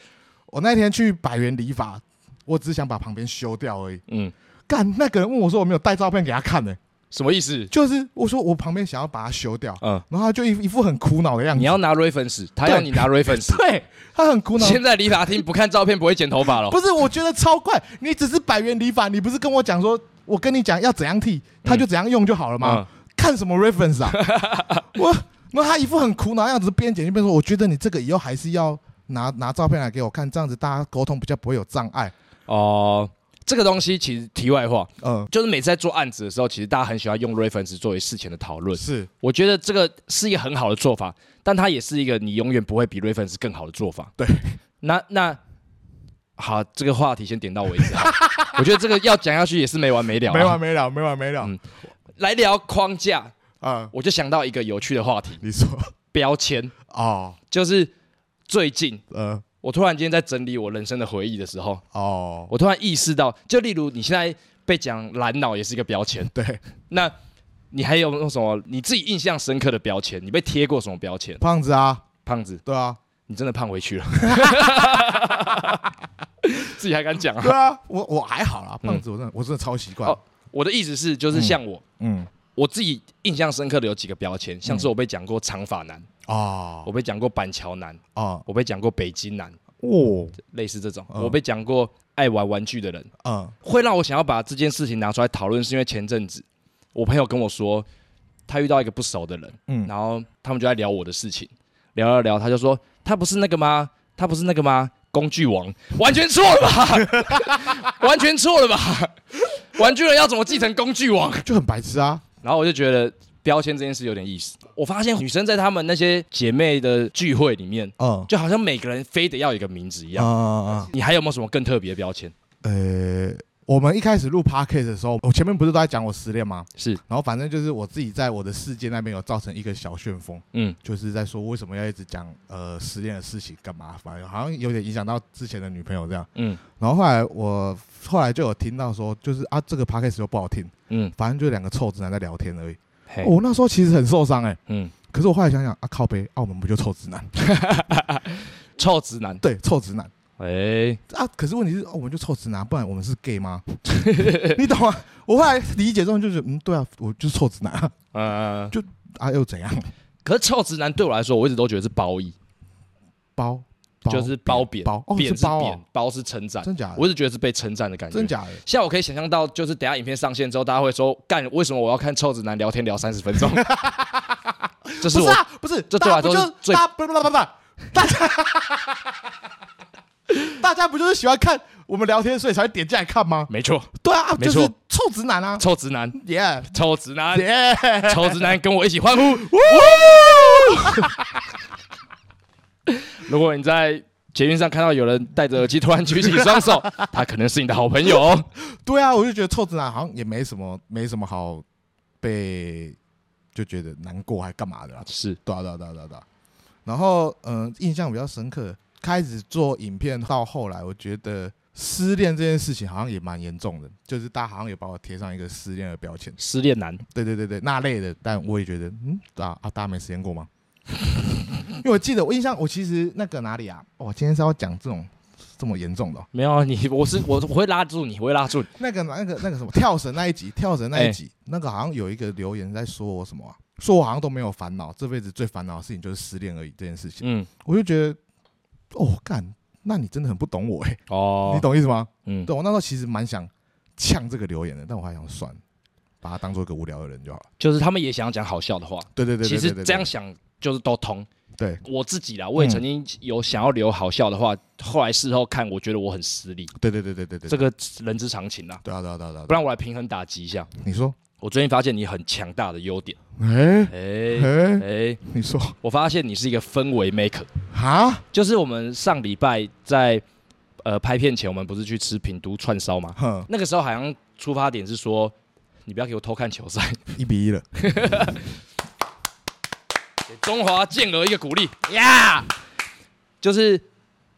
[SPEAKER 1] 我那天去百元理发，我只想把旁边修掉而已。
[SPEAKER 2] 嗯，
[SPEAKER 1] 干，那个人问我说我没有带照片给他看呢、
[SPEAKER 2] 什么意思？
[SPEAKER 1] 就是我说我旁边想要把它修掉，
[SPEAKER 2] 嗯，
[SPEAKER 1] 然后他就一一副很苦恼的样子。
[SPEAKER 2] 你要拿 reference，他要你拿 reference。
[SPEAKER 1] 对他很苦恼，
[SPEAKER 2] 现在理发厅不看照片不会剪头发了。
[SPEAKER 1] 不是，我觉得超怪。你只是百元理发，你不是跟我讲说，我跟你讲要怎样剃，他就怎样用就好了吗？
[SPEAKER 2] 嗯
[SPEAKER 1] 看什么 reference 啊？
[SPEAKER 2] [LAUGHS]
[SPEAKER 1] 我，然后他一副很苦恼的样子，边剪一边说，我觉得你这个以后还是要拿拿照片来给我看，这样子大家沟通比较不会有障碍。
[SPEAKER 2] 哦，这个东西其实题外话，
[SPEAKER 1] 嗯，
[SPEAKER 2] 就是每次在做案子的时候，其实大家很喜欢用 reference 作为事前的讨论。
[SPEAKER 1] 是，
[SPEAKER 2] 我觉得这个是一个很好的做法，但它也是一个你永远不会比 reference 更好的做法。
[SPEAKER 1] 对，
[SPEAKER 2] 那那好，这个话题先点到为止啊。 [LAUGHS] 我觉得这个要讲下去也是没完没了、啊，
[SPEAKER 1] 没完没了，没完没了啊、
[SPEAKER 2] 嗯来聊框架，我就想到一个有趣的话题
[SPEAKER 1] 你说，
[SPEAKER 2] ——标签。
[SPEAKER 1] 哦，
[SPEAKER 2] 就是最近
[SPEAKER 1] 呃，
[SPEAKER 2] 我突然间在整理我人生的回忆的时候，
[SPEAKER 1] 哦，
[SPEAKER 2] 我突然意识到，就例如你现在被讲蓝脑也是一个标签，
[SPEAKER 1] 对，
[SPEAKER 2] 那你还有没有什么你自己印象深刻的标签？你被贴过什么标签？
[SPEAKER 1] 胖子啊，
[SPEAKER 2] 胖子，
[SPEAKER 1] 对啊，
[SPEAKER 2] 你真的胖回去了， [LAUGHS] 自己还敢讲啊
[SPEAKER 1] 对？啊，我我还好啦，胖子我真的、我真的超习惯。
[SPEAKER 2] 嗯哦我的意思是，就是像我、
[SPEAKER 1] 嗯，
[SPEAKER 2] 我自己印象深刻的有几个标签，像是我被讲过长发男，我
[SPEAKER 1] 哦，
[SPEAKER 2] 被讲过板桥男，
[SPEAKER 1] 哦，
[SPEAKER 2] 我被讲过北京男，
[SPEAKER 1] 哦，
[SPEAKER 2] 类似这种，
[SPEAKER 1] 嗯
[SPEAKER 2] 我被讲过爱玩玩具的人。
[SPEAKER 1] 嗯，
[SPEAKER 2] 会让我想要把这件事情拿出来讨论，是因为前阵子我朋友跟我说，他遇到一个不熟的人，
[SPEAKER 1] 嗯
[SPEAKER 2] 然后他们就在聊我的事情，聊聊聊，他就说他不是那个吗？他不是那个吗？工具王，完全错了吧？ [LAUGHS] 完全错了吧？玩具人要怎么继承工具王？
[SPEAKER 1] 就很白痴啊。
[SPEAKER 2] 然后我就觉得标签这件事有点意思。我发现女生在她们那些姐妹的聚会里面，
[SPEAKER 1] 嗯，
[SPEAKER 2] 就好像每个人非得要有一个名字一样。
[SPEAKER 1] 啊
[SPEAKER 2] 你还有没有什么更特别的标签？
[SPEAKER 1] 呃，我们一开始录 podcast 的时候，我前面不是都在讲我失恋吗？
[SPEAKER 2] 是，
[SPEAKER 1] 然后反正就是我自己在我的世界那边有造成一个小旋风，
[SPEAKER 2] 嗯，
[SPEAKER 1] 就是在说为什么要一直讲呃失恋的事情干嘛，反正好像有点影响到之前的女朋友这样。
[SPEAKER 2] 嗯，
[SPEAKER 1] 然后后来我后来就有听到说，就是啊这个 podcast 又不好听，
[SPEAKER 2] 嗯，
[SPEAKER 1] 反正就两个臭直男在聊天而已。
[SPEAKER 2] 嘿，
[SPEAKER 1] 我那时候其实很受伤哎、
[SPEAKER 2] 嗯，
[SPEAKER 1] 可是我后来想想啊靠背，澳门不就臭直男？
[SPEAKER 2] 臭直男。
[SPEAKER 1] 对，臭直男。
[SPEAKER 2] 哎、
[SPEAKER 1] 啊，可是问题是，哦，我们就臭直男，不然我们是 gay 吗？你懂吗？我后来理解之后就是，嗯，对啊，我就是臭直男啊，
[SPEAKER 2] 呃，
[SPEAKER 1] 啊又怎样？
[SPEAKER 2] 可是臭直男对我来说，我一直都觉得是褒义，
[SPEAKER 1] 包，包
[SPEAKER 2] 就是褒贬，
[SPEAKER 1] 包哦
[SPEAKER 2] 贬
[SPEAKER 1] 是褒哦
[SPEAKER 2] 贬，褒是称赞，
[SPEAKER 1] 真假的
[SPEAKER 2] 我一直觉得是被称赞的感觉。
[SPEAKER 1] 真假的？
[SPEAKER 2] 像我可以想象到，就是等一下影片上线之后，大家会说：“干，为什么我要看臭直男聊天聊三十分
[SPEAKER 1] [LAUGHS]
[SPEAKER 2] 钟？”这是
[SPEAKER 1] 不
[SPEAKER 2] 我
[SPEAKER 1] 是啊，不是，
[SPEAKER 2] 这对
[SPEAKER 1] 大家
[SPEAKER 2] 我来
[SPEAKER 1] 不
[SPEAKER 2] 说是
[SPEAKER 1] 就
[SPEAKER 2] 最
[SPEAKER 1] 大家不不不不，大家 [LAUGHS] 大家不就是喜欢看我们聊天，所以才会点进来看吗？
[SPEAKER 2] 没错，
[SPEAKER 1] 对啊，啊
[SPEAKER 2] 没
[SPEAKER 1] 就
[SPEAKER 2] 错
[SPEAKER 1] 是臭直男啊，
[SPEAKER 2] 臭直男，
[SPEAKER 1] 耶
[SPEAKER 2] 臭直男，
[SPEAKER 1] 耶，
[SPEAKER 2] 臭直男，跟我一起 [LAUGHS] 欢呼！如果你在捷运上看到有人戴着耳机突然举起双手，他可能是你的好朋友哦。
[SPEAKER 1] 对啊，我就觉得臭直男好像也没什么，没什么好被就觉得难过还干嘛的啦。
[SPEAKER 2] 是，
[SPEAKER 1] 对啊，对啊，对啊，对啊。对啊然后，嗯、印象比较深刻，开始做影片到后来，我觉得失恋这件事情好像也蛮严重的，就是大家好像也把我贴上一个失恋的标签。
[SPEAKER 2] 失恋男，
[SPEAKER 1] 对对对对，那类的，但我也觉得，嗯啊啊，大家没时间过吗？因为我记得我印象，我其实那个哪里啊，我、今天是要讲这种这么严重的哦、
[SPEAKER 2] 没有啊你， [LAUGHS] 我是我我会拉住你，我会拉住你。
[SPEAKER 1] 那个那个那个什么跳绳那一集，跳绳那一集，那个好像有一个留言在说我什么、啊，说我好像都没有烦恼，这辈子最烦恼的事情就是失恋而已这件事情，
[SPEAKER 2] 嗯，
[SPEAKER 1] 我就觉得，哦干，那你真的很不懂我哎、
[SPEAKER 2] 哦，
[SPEAKER 1] 你，懂意思吗？
[SPEAKER 2] 嗯，
[SPEAKER 1] 对我那时候其实蛮想呛这个留言的，但我还想算了，把他当做一个无聊的人就好了。
[SPEAKER 2] 就是他们也想要讲好笑的话。
[SPEAKER 1] 对对对
[SPEAKER 2] 其
[SPEAKER 1] 对对
[SPEAKER 2] 实
[SPEAKER 1] 对对，
[SPEAKER 2] 这样想就是都通。
[SPEAKER 1] 对
[SPEAKER 2] 我自己啦，我也曾经有想要留好笑的话，后来事后看，我觉得我很失礼，
[SPEAKER 1] 对对对对嗯对对，
[SPEAKER 2] 这个人之常情啦。
[SPEAKER 1] 对啊对啊对啊对啊
[SPEAKER 2] 不
[SPEAKER 1] 对啊，
[SPEAKER 2] 然我来平衡打击一下。
[SPEAKER 1] 你说，
[SPEAKER 2] 我最近发现你很强大的优点，
[SPEAKER 1] 哎
[SPEAKER 2] [LAUGHS] 哎
[SPEAKER 1] 哎，
[SPEAKER 2] 哎，
[SPEAKER 1] 你说
[SPEAKER 2] 我发现你是一个氛围 maker，
[SPEAKER 1] 啊？
[SPEAKER 2] 就是我们上礼拜在呃拍片前，我们不是去吃品都串烧吗？
[SPEAKER 1] 哼，
[SPEAKER 2] 那个时候好像出发点是说，你不要给我偷看球赛，
[SPEAKER 1] 一比一了，
[SPEAKER 2] 给中华健儿一个鼓励呀就是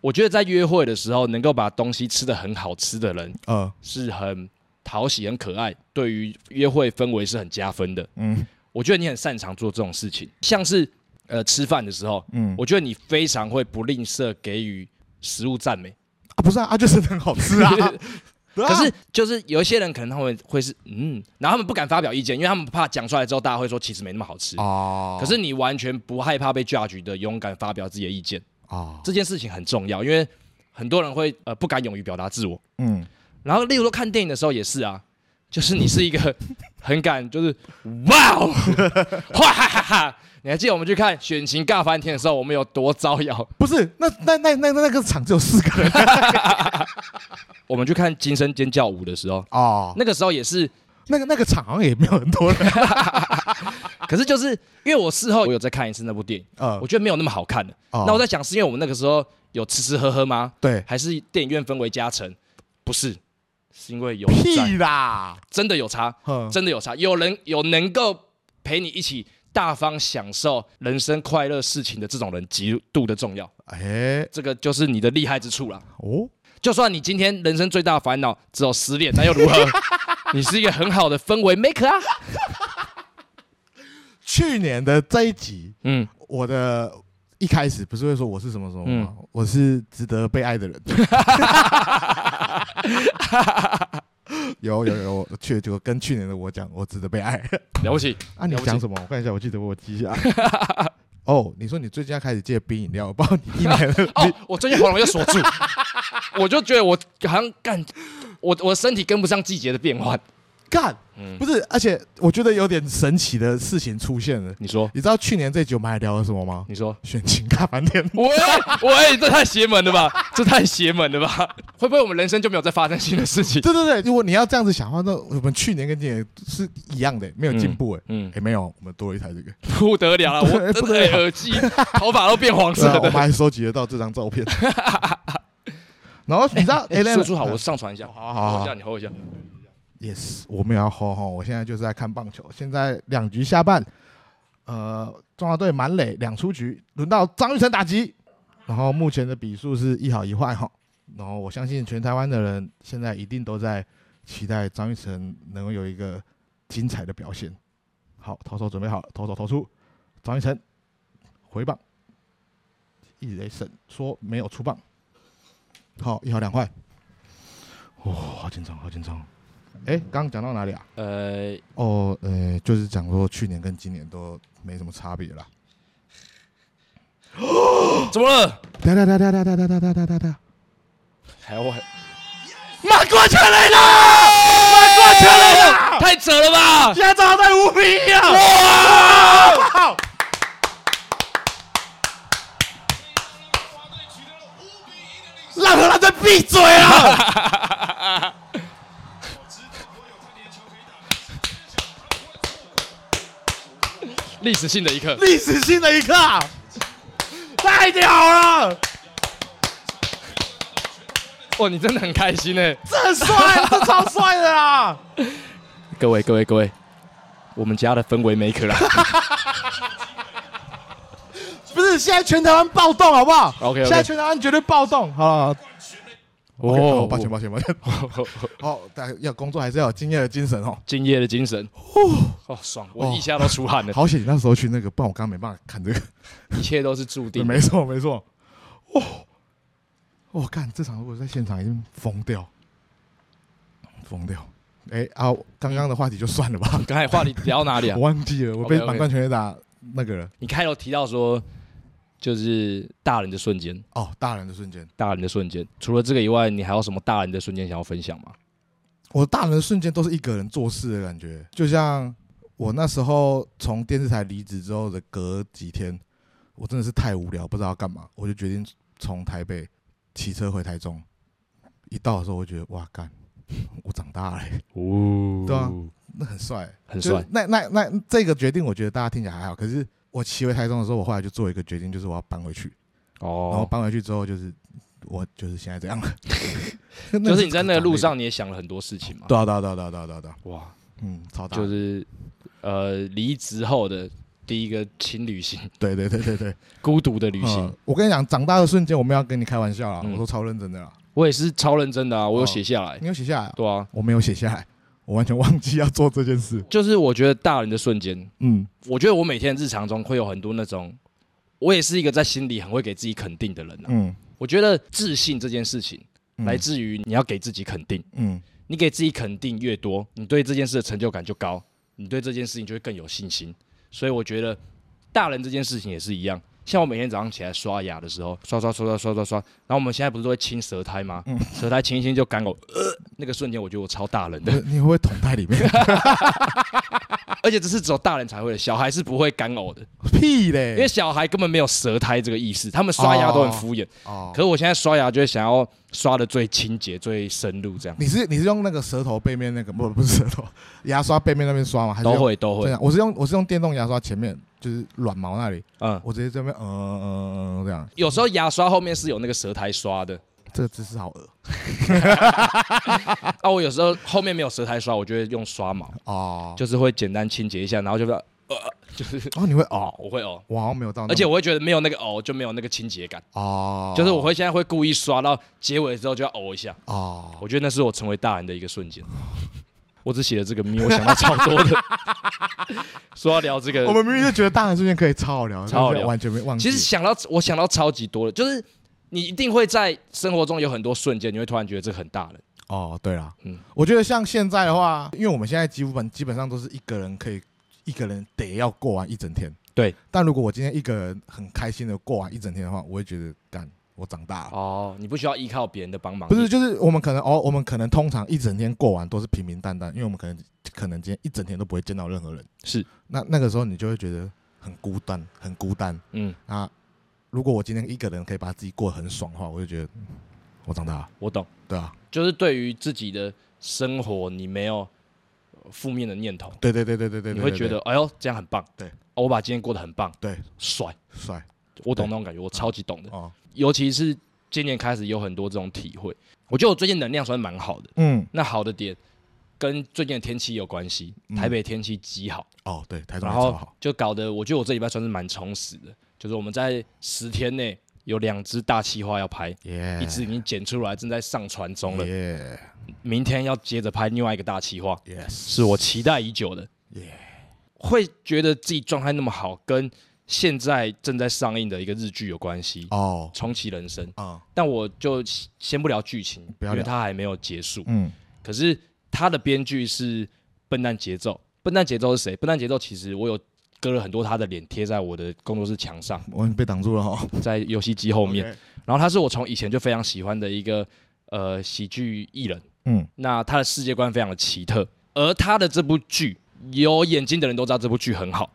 [SPEAKER 2] 我觉得在约会的时候，能够把东西吃的很好吃的人
[SPEAKER 1] 呃，
[SPEAKER 2] 是很讨喜、很可爱，对于约会氛围是很加分的。
[SPEAKER 1] 嗯
[SPEAKER 2] 我觉得你很擅长做这种事情，像是呃吃饭的时候，
[SPEAKER 1] 嗯，
[SPEAKER 2] 我觉得你非常会不吝啬给予食物赞美。
[SPEAKER 1] 啊不是啊，啊就是很好吃
[SPEAKER 2] [LAUGHS]
[SPEAKER 1] 啊， [LAUGHS] 对啊
[SPEAKER 2] 可是就是有一些人可能他们会是嗯，然后他们不敢发表意见，因为他们怕讲出来之后大家会说其实没那么好吃。
[SPEAKER 1] 哦，
[SPEAKER 2] 可是你完全不害怕被 judge 的，勇敢发表自己的意见，
[SPEAKER 1] 啊，
[SPEAKER 2] 这件事情很重要，因为很多人会呃不敢勇于表达自我。
[SPEAKER 1] 嗯，
[SPEAKER 2] 然后，例如说看电影的时候也是啊，就是你是一个很敢，就是哇哦，哇哈哈哈！你还记得我们去看《选情尬翻天》的时候，我们有多招摇？
[SPEAKER 1] 不是，那那那那那个场只有四个人
[SPEAKER 2] 我们去看《惊声尖叫舞》的时候，
[SPEAKER 1] 哦，
[SPEAKER 2] 那个时候也是，
[SPEAKER 1] 那个那个场好像也没有很多人，
[SPEAKER 2] 可是就是因为我事后我有再看一次那部电影，
[SPEAKER 1] 呃
[SPEAKER 2] 我，觉得没有那么好看了。
[SPEAKER 1] 哦
[SPEAKER 2] 那我在想，是因为我们那个时候有吃吃喝喝吗？
[SPEAKER 1] 对，
[SPEAKER 2] 还是电影院氛围加成？不是，是因为有人在，
[SPEAKER 1] 屁啦，
[SPEAKER 2] 真的有差，
[SPEAKER 1] 哼，
[SPEAKER 2] 真的有差。有人有能够陪你一起大方享受人生快乐事情的这种人，极度的重要。
[SPEAKER 1] 哎，
[SPEAKER 2] 这个就是你的厉害之处啦。
[SPEAKER 1] 哦，
[SPEAKER 2] 就算你今天人生最大的烦恼只有失恋，那又 [LAUGHS] 如何？你是一个很好的氛围 maker 啊。
[SPEAKER 1] 去年的这一集，
[SPEAKER 2] 嗯，
[SPEAKER 1] 我的一开始不是会说我是什么什么吗？
[SPEAKER 2] 嗯
[SPEAKER 1] 我是值得被爱的
[SPEAKER 2] [LAUGHS]
[SPEAKER 1] 人。 [LAUGHS] 有有有，我去就跟去年的我讲，我值得被爱。 [LAUGHS]
[SPEAKER 2] 了不起。
[SPEAKER 1] 啊，你
[SPEAKER 2] 了不起
[SPEAKER 1] 讲什么？我看一下，我记得我记一
[SPEAKER 2] [LAUGHS]
[SPEAKER 1] 下。哦，你说你最近要开始戒冰饮料，我不知道你一年
[SPEAKER 2] [LAUGHS]
[SPEAKER 1] 了
[SPEAKER 2] 哦，我最近喉咙又锁住，我就觉得我好像干，我我身体跟不上季节的变换。
[SPEAKER 1] 干，
[SPEAKER 2] 嗯
[SPEAKER 1] 不，是？而且我觉得有点神奇的事情出现了。
[SPEAKER 2] 你说，
[SPEAKER 1] 你知道去年这集我们还聊了什么吗？
[SPEAKER 2] 你说，
[SPEAKER 1] 选情大翻天。
[SPEAKER 2] 喂喂，这太邪门了吧？这太邪门了吧？会不会我们人生就没有再发生新的事情？
[SPEAKER 1] 对对对，如果你要这样子想的话，那我们去年跟今年是一样的，没有进步哎。
[SPEAKER 2] 嗯
[SPEAKER 1] 哎、，没有，我们多了一台
[SPEAKER 2] [LAUGHS]
[SPEAKER 1] 这个，
[SPEAKER 2] 不得了
[SPEAKER 1] [LAUGHS]
[SPEAKER 2] 了，我真的耳机、头发都变黄
[SPEAKER 1] 对
[SPEAKER 2] 色
[SPEAKER 1] 啊，我们
[SPEAKER 2] 的。
[SPEAKER 1] 还收集得到这张照
[SPEAKER 2] [LAUGHS]
[SPEAKER 1] 片。然后你知道，
[SPEAKER 2] 哎，
[SPEAKER 1] Alan-
[SPEAKER 2] 说出好，我上传一下。
[SPEAKER 1] 好好
[SPEAKER 2] 我
[SPEAKER 1] 好
[SPEAKER 2] 叫你 hold 一下。
[SPEAKER 1] ，yes，我们要吼吼，我现在就是在看棒球，现在两局下半，呃，中华队满垒两出局，轮到张玉成打击，然后目前的比数是一好一坏哈，然后我相信全台湾的人现在一定都在期待张玉成能够有一个精彩的表现。好，投手准备好了，投手投出，张玉成回棒，一垒审说没有出棒，好，一好两坏，哇、好紧张，好紧张。哎，刚刚讲到哪里啊？
[SPEAKER 2] 呃，
[SPEAKER 1] 哦，呃，就是讲说去年跟今年都没什么差别啦。
[SPEAKER 2] 呃怎么了？
[SPEAKER 1] 哒哒哒哒哒哒哒哒哒哒哒，哎
[SPEAKER 2] 还我马过车来了，马过车来
[SPEAKER 1] 啊
[SPEAKER 2] 了，太扯了吧！
[SPEAKER 1] 现在正好在五比一啊！哇！让荷兰队闭嘴啊！
[SPEAKER 2] 历史性的一刻。
[SPEAKER 1] 历史性的一刻啊，太屌了！
[SPEAKER 2] 哇，你真的很开心哎！
[SPEAKER 1] 这很帅，这超帅的啊啦！
[SPEAKER 2] 各位各位各位，我们家的氛围 maker
[SPEAKER 1] [LAUGHS]
[SPEAKER 2] 啊啦，
[SPEAKER 1] 不是，现在全台湾暴动好不好
[SPEAKER 2] OK，OK
[SPEAKER 1] 现在全台湾绝对暴动。好了，哦，抱歉
[SPEAKER 2] 吧，
[SPEAKER 1] 抱歉抱 [LAUGHS] 歉。好，大家要工作还是要有敬业的精神 [LAUGHS] 哦。
[SPEAKER 2] 敬业的精神，哦，爽，我一下都出汗了，
[SPEAKER 1] 好险你那时候去那个，不然我刚刚没办法看这个。
[SPEAKER 2] 一切都是注
[SPEAKER 1] 对，
[SPEAKER 2] 定的。
[SPEAKER 1] 没错没错。哦，我干，这场如果在现场已经疯掉，疯掉。哎啊，刚刚的话题就算了吧，
[SPEAKER 2] 刚才话题聊到哪里啊
[SPEAKER 1] [LAUGHS] 我？忘记了，我被
[SPEAKER 2] OK，OK
[SPEAKER 1] 满贯全垒打那个了。
[SPEAKER 2] 你开头提到说，就是大人的瞬间，
[SPEAKER 1] 哦，大人的瞬间，
[SPEAKER 2] 大人的瞬间。除了这个以外，你还有什么大人的瞬间想要分享吗？
[SPEAKER 1] 我大人的瞬间都是一个人做事的感觉，就像我那时候从电视台离职之后的隔几天，我真的是太无聊，不知道要干嘛，我就决定从台北骑车回台中。一到的时候，我就觉得哇干，我长大了欸、
[SPEAKER 2] 哦，
[SPEAKER 1] 对啊那很帅欸，
[SPEAKER 2] 很
[SPEAKER 1] 就是
[SPEAKER 2] 帅
[SPEAKER 1] 那那那这个决定，我觉得大家听起来还好。可是我骑回台中的时候，我后来就做一个决定，就是我要搬回去。然后
[SPEAKER 2] 哦。
[SPEAKER 1] 搬回去之后，就是我就是现在这样
[SPEAKER 2] [LAUGHS]
[SPEAKER 1] 了。
[SPEAKER 2] 就
[SPEAKER 1] 就是
[SPEAKER 2] 你在那个路，上，你也想了很多事情嘛？
[SPEAKER 1] 对啊对啊对啊对啊对啊对啊对啊，
[SPEAKER 2] 哇，
[SPEAKER 1] 嗯，超大，
[SPEAKER 2] 就是呃，离职后的第一个轻旅行，
[SPEAKER 1] 对对对对对，
[SPEAKER 2] 孤独的旅行
[SPEAKER 1] 嗯。我跟你讲，长大的瞬间，我没有要跟你开玩笑啦，
[SPEAKER 2] 嗯
[SPEAKER 1] 我都超认真的啦。
[SPEAKER 2] 我也是超认真的啊，我有写下来。
[SPEAKER 1] 你有写下来啊？
[SPEAKER 2] 对啊，
[SPEAKER 1] 我没有写下来，我完全忘记要做这件事。
[SPEAKER 2] 就是我觉得大人的瞬间，
[SPEAKER 1] 嗯，
[SPEAKER 2] 我觉得我每天的日常中会有很多那种，我也是一个在心里很会给自己肯定的人啊。
[SPEAKER 1] 嗯，
[SPEAKER 2] 我觉得自信这件事情
[SPEAKER 1] 嗯
[SPEAKER 2] 来自于你要给自己肯定，
[SPEAKER 1] 嗯
[SPEAKER 2] 你给自己肯定越多，你对这件事的成就感就高，你对这件事情就会更有信心。所以我觉得大人这件事情也是一样。像我每天早上起来刷牙的时候，刷刷刷刷刷刷刷，然后我们现在不是都会清舌苔吗？
[SPEAKER 1] 嗯
[SPEAKER 2] 舌苔清一清就干呕，呃，那个瞬间我觉得我超大人的
[SPEAKER 1] 你，你会不会捅在里面？
[SPEAKER 2] [LAUGHS] 而且这是只有大人才会的，小孩是不会干呕的，
[SPEAKER 1] 嗯屁
[SPEAKER 2] 因为
[SPEAKER 1] 嘞！
[SPEAKER 2] 小孩根本没有舌苔这个意识，他们刷牙都很敷衍。
[SPEAKER 1] 哦
[SPEAKER 2] 可，是我现在刷牙就会想要刷的最清洁、最深入，这样
[SPEAKER 1] 你是你是用那个舌头背面那个不不是舌头，牙刷背面那边刷吗？还是
[SPEAKER 2] 都
[SPEAKER 1] 用
[SPEAKER 2] 会都
[SPEAKER 1] 对
[SPEAKER 2] 会，
[SPEAKER 1] 啊，我是用我是用电动牙刷前面就是软毛那里，
[SPEAKER 2] 嗯。
[SPEAKER 1] 我直接这边嗯嗯嗯嗯这样，
[SPEAKER 2] 有时候牙刷后面是有那个舌苔刷的
[SPEAKER 1] 这个姿势好恶
[SPEAKER 2] 啊，我有时候后面没有舌苔刷，我就会用刷毛，
[SPEAKER 1] 哦，就
[SPEAKER 2] 就是会简单清洁一下，然后就呃，就是
[SPEAKER 1] 哦你会哦，
[SPEAKER 2] 哦，我会哦，
[SPEAKER 1] 我好像没有到那么，
[SPEAKER 2] 而且我会觉得没有那个哦就没有那个清洁感，
[SPEAKER 1] 哦，
[SPEAKER 2] 就是我会现在会故意刷到结尾之后就要呕一下，
[SPEAKER 1] 哦，
[SPEAKER 2] 我觉得那是我成为大人的一个瞬间。我只写了这个咪，我想到超多
[SPEAKER 1] [LAUGHS]
[SPEAKER 2] 的。说要聊这个，
[SPEAKER 1] 我们明明就觉得大人瞬间可以超好聊，
[SPEAKER 2] 呃超好聊
[SPEAKER 1] 但是完全没忘记。
[SPEAKER 2] 其实想到我想到超级多的，就是你一定会在生活中有很多瞬间，你会突然觉得这个很大人。
[SPEAKER 1] 哦对了，
[SPEAKER 2] 嗯
[SPEAKER 1] 嗯，我觉得像现在的话，因为我们现在基本基本上都是一个人可以一个人得要过完一整天，
[SPEAKER 2] 对。
[SPEAKER 1] 但如果我今天一个人很开心的过完一整天的话，我会觉得干我长大了。
[SPEAKER 2] 哦，你不需要依靠别人的帮忙，
[SPEAKER 1] 不是，就是我们可能哦，我们可能通常一整天过完都是平平淡淡，因为我们可能可能今天一整天都不会见到任何人。
[SPEAKER 2] 是，
[SPEAKER 1] 那那个时候你就会觉得很孤单，很孤单
[SPEAKER 2] 嗯，
[SPEAKER 1] 啊。如果我今天一个人可以把自己过得很爽的话，我就觉得嗯我长大了，
[SPEAKER 2] 我懂，
[SPEAKER 1] 对啊，
[SPEAKER 2] 就是对于自己的生活，你没有呃负面的念头，
[SPEAKER 1] 对对对对对对，
[SPEAKER 2] 你
[SPEAKER 1] 对
[SPEAKER 2] 会觉得，哎呦，这样很棒，
[SPEAKER 1] 对
[SPEAKER 2] 哦，我把今天过得很棒，
[SPEAKER 1] 对
[SPEAKER 2] 帅，
[SPEAKER 1] 对帅
[SPEAKER 2] 我懂
[SPEAKER 1] 对
[SPEAKER 2] 那种感觉，我超级懂的，
[SPEAKER 1] 哦，
[SPEAKER 2] 尤其是今年开始有很多这种体会，我觉得我最近能量算蛮好的，
[SPEAKER 1] 嗯，
[SPEAKER 2] 那好的点。跟最近的天气有关系，
[SPEAKER 1] 嗯
[SPEAKER 2] 台北天气极好，
[SPEAKER 1] 哦对，台中
[SPEAKER 2] 然
[SPEAKER 1] 也超
[SPEAKER 2] 后
[SPEAKER 1] 好，
[SPEAKER 2] 就搞得我觉得我这礼拜算是蛮充实的，就是我们在十天内有两支大企划要拍，
[SPEAKER 1] 耶，
[SPEAKER 2] 一支已经剪出来，正在上传中了，
[SPEAKER 1] 哎耶
[SPEAKER 2] 明天要接着拍另外一个大企划，
[SPEAKER 1] ，yes，
[SPEAKER 2] 是我期待已久的。
[SPEAKER 1] 耶，
[SPEAKER 2] 会觉得自己状态那么好，跟现在正在上映的一个日剧有关系，
[SPEAKER 1] 哦，
[SPEAKER 2] 重启人生》。
[SPEAKER 1] 啊，
[SPEAKER 2] 但我就先先不聊剧情，
[SPEAKER 1] 不要
[SPEAKER 2] 因为
[SPEAKER 1] 聊
[SPEAKER 2] 它还没有结束。
[SPEAKER 1] 嗯，
[SPEAKER 2] 可是他的编剧是笨蛋节奏，笨蛋节奏是谁？笨蛋节奏其实我有割了很多他的脸贴在我的工作室
[SPEAKER 1] [LAUGHS]
[SPEAKER 2] 墙上，
[SPEAKER 1] 我被挡住了哈，
[SPEAKER 2] 在游戏机后面。
[SPEAKER 1] OK，
[SPEAKER 2] 然后他是我从以前就非常喜欢的一个呃喜剧艺人，
[SPEAKER 1] 嗯，
[SPEAKER 2] 那他的世界观非常的奇特，而他的这部剧有眼睛的人都知道这部剧很好，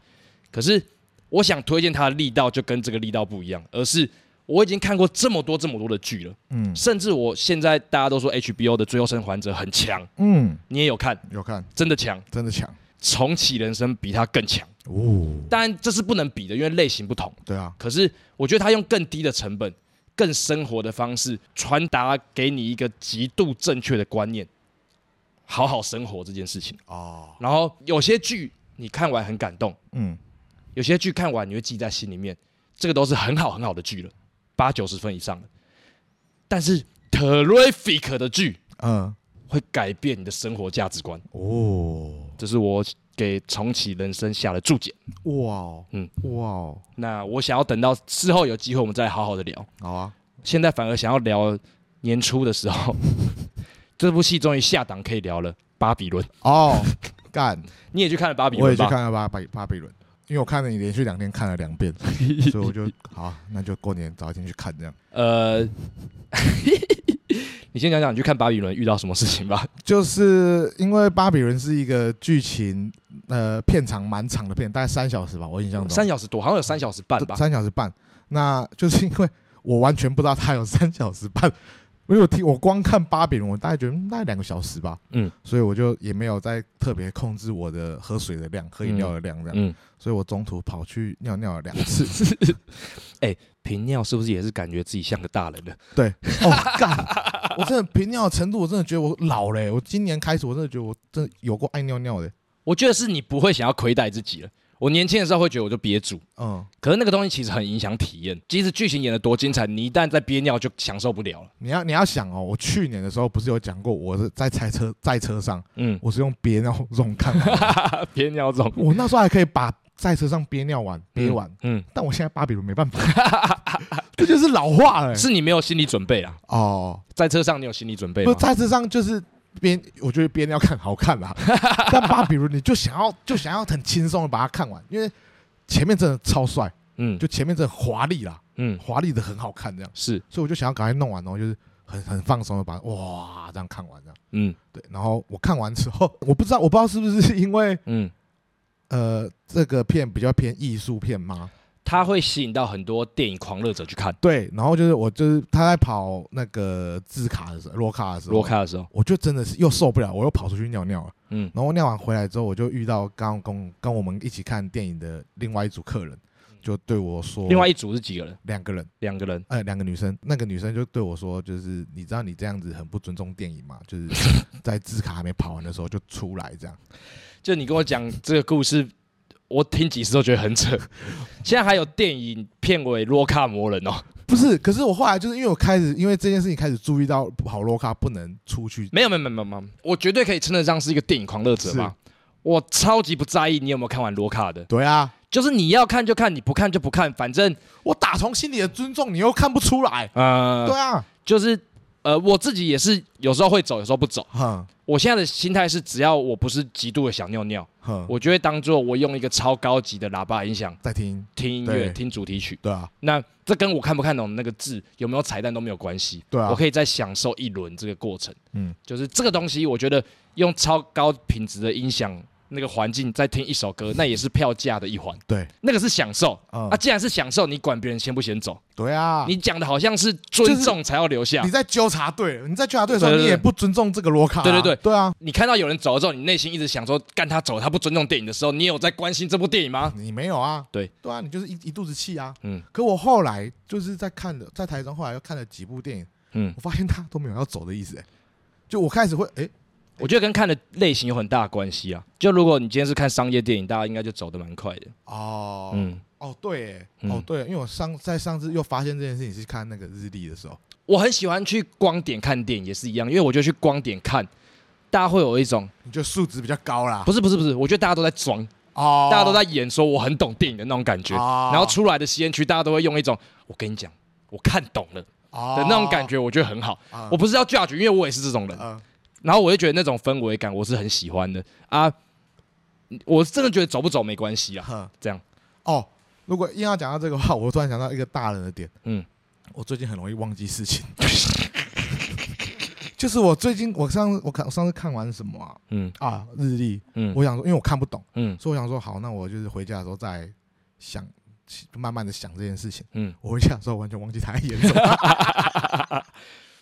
[SPEAKER 2] 可是我想推荐他的力道就跟这个力道不一样，而是我已经看过这么多这么多的剧了，
[SPEAKER 1] 嗯
[SPEAKER 2] 甚至我现在大家都说 HBO 的《最后生还者》很强，
[SPEAKER 1] 嗯，
[SPEAKER 2] 你也有看，
[SPEAKER 1] 有看，
[SPEAKER 2] 真的强，
[SPEAKER 1] 真的强，
[SPEAKER 2] 重启人生比他更强，
[SPEAKER 1] 哦，
[SPEAKER 2] 当然这是不能比的，因为类型不同。
[SPEAKER 1] 对啊，
[SPEAKER 2] 可是我觉得他用更低的成本，更生活的方式传达给你一个极度正确的观念，好好生活这件事情。
[SPEAKER 1] 哦，
[SPEAKER 2] 然后有些剧你看完很感动，
[SPEAKER 1] 嗯，
[SPEAKER 2] 有些剧看完你会记在心里面，这个都是很好很好的剧了，八九十分以上的。但是 terrific 的剧
[SPEAKER 1] 嗯，
[SPEAKER 2] 会改变你的生活价值观，
[SPEAKER 1] 哦，
[SPEAKER 2] 这是我给重启人生下的注解。
[SPEAKER 1] 哇哦，
[SPEAKER 2] 嗯，
[SPEAKER 1] 哇哦，
[SPEAKER 2] 那我想要等到事后有机会，我们再好好的聊。
[SPEAKER 1] 好啊，
[SPEAKER 2] 现在反而想要聊年初的时候， [LAUGHS] 这部戏终于下档可以聊了，《巴比伦》。
[SPEAKER 1] 哦，干，
[SPEAKER 2] 你也去看了《巴比
[SPEAKER 1] 我
[SPEAKER 2] 伦
[SPEAKER 1] 也》去
[SPEAKER 2] 吧？
[SPEAKER 1] 看了巴巴巴比伦，因为我看了你连续两天看了两遍，所以我就好，那就过年早一天去看这样。
[SPEAKER 2] 呃， [LAUGHS] 你先讲讲你去看《巴比伦》遇到什么事情吧。
[SPEAKER 1] 就是因为巴比伦是一个剧情，呃，片长蛮长的片，大概三小时吧，我印象中
[SPEAKER 2] 三小时多，好像有三小时半吧。
[SPEAKER 1] 三小时半。那就是因为我完全不知道它有三小时半，因为我听我光看巴比伦，我大概觉得嗯大概两个小时吧，
[SPEAKER 2] 嗯，
[SPEAKER 1] 所以我就也没有再特别控制我的喝水的量、喝饮料的量这样，
[SPEAKER 2] 嗯，
[SPEAKER 1] 所以我中途跑去尿尿了两
[SPEAKER 2] [LAUGHS]
[SPEAKER 1] 次。
[SPEAKER 2] 平尿是不是也是感觉自己像个大人了？
[SPEAKER 1] 哦，干！我真的频尿的程度，我真的觉得我老了欸、我今年开始，我真的觉得我真的有过爱尿尿的欸、
[SPEAKER 2] 我觉得是你不会想要亏待自己了。我年轻的时候会觉得我就憋住，
[SPEAKER 1] 嗯，
[SPEAKER 2] 可是那个东西其实很影响体验。即使剧情演得多精彩，你一旦在憋尿就享受不了了。
[SPEAKER 1] 你要你要想哦，我去年的时候不是有讲过，我是在拆车在车上，
[SPEAKER 2] 嗯，
[SPEAKER 1] 我是用憋尿 [LAUGHS] 用看完的，
[SPEAKER 2] 啊憋尿这种，
[SPEAKER 1] 我那时候还可以把在车上憋尿完憋完，
[SPEAKER 2] 嗯，
[SPEAKER 1] 但我现在巴比伦没办法， [LAUGHS] 这就是老化了欸、
[SPEAKER 2] 是你没有心理准备啊。
[SPEAKER 1] 哦，
[SPEAKER 2] 在车上你有心理准备
[SPEAKER 1] 不
[SPEAKER 2] 吗？
[SPEAKER 1] 在车上就是。憋，我觉得憋尿看好看
[SPEAKER 2] [LAUGHS]
[SPEAKER 1] 啦，但巴比伦你就想要就想要很轻松的把它看完，因为前面真的超帅，
[SPEAKER 2] 嗯
[SPEAKER 1] 就前面这华丽啦，
[SPEAKER 2] 嗯，
[SPEAKER 1] 华丽的很好看这样，
[SPEAKER 2] 是
[SPEAKER 1] 所以我就想要赶快弄完，然后哦就是很很放松的把它哇这样看完这样。
[SPEAKER 2] 嗯
[SPEAKER 1] 对，然后我看完之后，我不知道我不知道是不是因为
[SPEAKER 2] 嗯，
[SPEAKER 1] 呃这个片比较偏艺术片嘛，
[SPEAKER 2] 它会吸引到很多电影狂热者去看。
[SPEAKER 1] 对，然后就是我就是他在跑那个字卡的时候，罗卡的时候，
[SPEAKER 2] 罗，开的时候，
[SPEAKER 1] 我就真的是又受不了，我又跑出去尿尿了。
[SPEAKER 2] 嗯
[SPEAKER 1] 然后尿完回来之后，我就遇到刚刚跟跟我们一起看电影的另外一组客人，就对我说，
[SPEAKER 2] 嗯另外一组是几个人？
[SPEAKER 1] 两个人。
[SPEAKER 2] 两个人。
[SPEAKER 1] 呃，两个女生，那个女生就对我说，就是你知道你这样子很不尊重电影嘛，就是 [LAUGHS] 在字卡还没跑完的时候就出来这样。
[SPEAKER 2] 就你跟我讲这个故事，我听几次都觉得很扯。现在还有电影片尾罗卡魔人哦，
[SPEAKER 1] 不是，可是我后来就是因为我开始因为这件事情开始注意到跑洛卡不能出去，
[SPEAKER 2] 没有没有没有没有没有，我绝对可以称得上是一个电影狂热者嘛。我超级不在意你有没有看完罗卡的，
[SPEAKER 1] 对啊，
[SPEAKER 2] 就是你要看就看，你不看就不看，反正
[SPEAKER 1] 我打从心里的尊重你又看不出来，
[SPEAKER 2] 呃，
[SPEAKER 1] 对啊，
[SPEAKER 2] 就是呃，我自己也是有时候会走，有时候不走。
[SPEAKER 1] 哼
[SPEAKER 2] 我现在的心态是，只要我不是极度的想尿尿，
[SPEAKER 1] 哼，
[SPEAKER 2] 我就会当做我用一个超高级的喇叭音响
[SPEAKER 1] 在听，
[SPEAKER 2] 听音乐、
[SPEAKER 1] 对
[SPEAKER 2] 听主题曲。
[SPEAKER 1] 对啊，
[SPEAKER 2] 那这跟我看不看懂那个字有没有彩蛋都没有关系，
[SPEAKER 1] 对啊
[SPEAKER 2] 我可以再享受一轮这个过程。
[SPEAKER 1] 嗯，
[SPEAKER 2] 就是这个东西，我觉得用超高品质的音响。那个环境再听一首歌，那也是票价的一环，
[SPEAKER 1] 对，
[SPEAKER 2] 那个是享受、
[SPEAKER 1] 嗯
[SPEAKER 2] 啊。既然是享受，你管别人先不先走？
[SPEAKER 1] 对啊，
[SPEAKER 2] 你讲的好像是
[SPEAKER 1] 就
[SPEAKER 2] 尊
[SPEAKER 1] 是
[SPEAKER 2] 重才要留下，
[SPEAKER 1] 你在纠察队，你在纠察队的时候
[SPEAKER 2] 对对
[SPEAKER 1] 你
[SPEAKER 2] 对
[SPEAKER 1] 也不尊重这个洛卡、啊，
[SPEAKER 2] 对对对
[SPEAKER 1] 对啊，
[SPEAKER 2] 你看到有人走了之后，你内心一直想说，干他走，他不尊重电影的时候，你有在关心这部电影吗？
[SPEAKER 1] 你没有啊？
[SPEAKER 2] 对
[SPEAKER 1] 对啊，你就是一一肚子气啊。
[SPEAKER 2] 嗯
[SPEAKER 1] 可我后来就是在看的，在台中后来又看了几部电影，
[SPEAKER 2] 嗯，
[SPEAKER 1] 我发现他都没有要走的意思、欸。就我开始会哎、
[SPEAKER 2] 我觉得跟看的类型有很大的关系啊。就如果你今天是看商业电影，大家应该就走得蛮快的。
[SPEAKER 1] 哦、
[SPEAKER 2] 嗯，
[SPEAKER 1] 哦对、欸
[SPEAKER 2] 嗯
[SPEAKER 1] 哦对，因为我上在上次又发现这件事情是看那个日历的时候，
[SPEAKER 2] 我很喜欢去光点看电影，也是一样，因为我觉得去光点看，大家会有一种
[SPEAKER 1] 你就素质比较高啦。
[SPEAKER 2] 不是不是不是，我觉得大家都在装，
[SPEAKER 1] 哦，
[SPEAKER 2] 大家都在演说我很懂电影的那种感觉。
[SPEAKER 1] 哦
[SPEAKER 2] 然后出来的吸烟区，大家都会用一种我跟你讲，我看懂了的
[SPEAKER 1] 哦
[SPEAKER 2] 那种感。觉，我觉得很好。
[SPEAKER 1] 啊
[SPEAKER 2] 我不是要 judge，因为我也是这种人。
[SPEAKER 1] 嗯
[SPEAKER 2] 然后我就觉得那种氛围感我是很喜欢的啊。我真的觉得走不走没关系啊，
[SPEAKER 1] 哼
[SPEAKER 2] 这样，
[SPEAKER 1] 哦，如果硬要讲到这个话，我突然想到一个大人的点，
[SPEAKER 2] 嗯，
[SPEAKER 1] 我最近很容易忘记事情。 [LAUGHS] 就是我最近，我上我看我上次看完什么啊？
[SPEAKER 2] 嗯
[SPEAKER 1] 啊，日历，
[SPEAKER 2] 嗯
[SPEAKER 1] 我想说，因为我看不懂，
[SPEAKER 2] 嗯
[SPEAKER 1] 所以我想说，好，那我就是回家的时候再想，慢慢的想这件事情。
[SPEAKER 2] 嗯，
[SPEAKER 1] 我回家的时候完全忘记他在演
[SPEAKER 2] [LAUGHS]
[SPEAKER 1] 什么。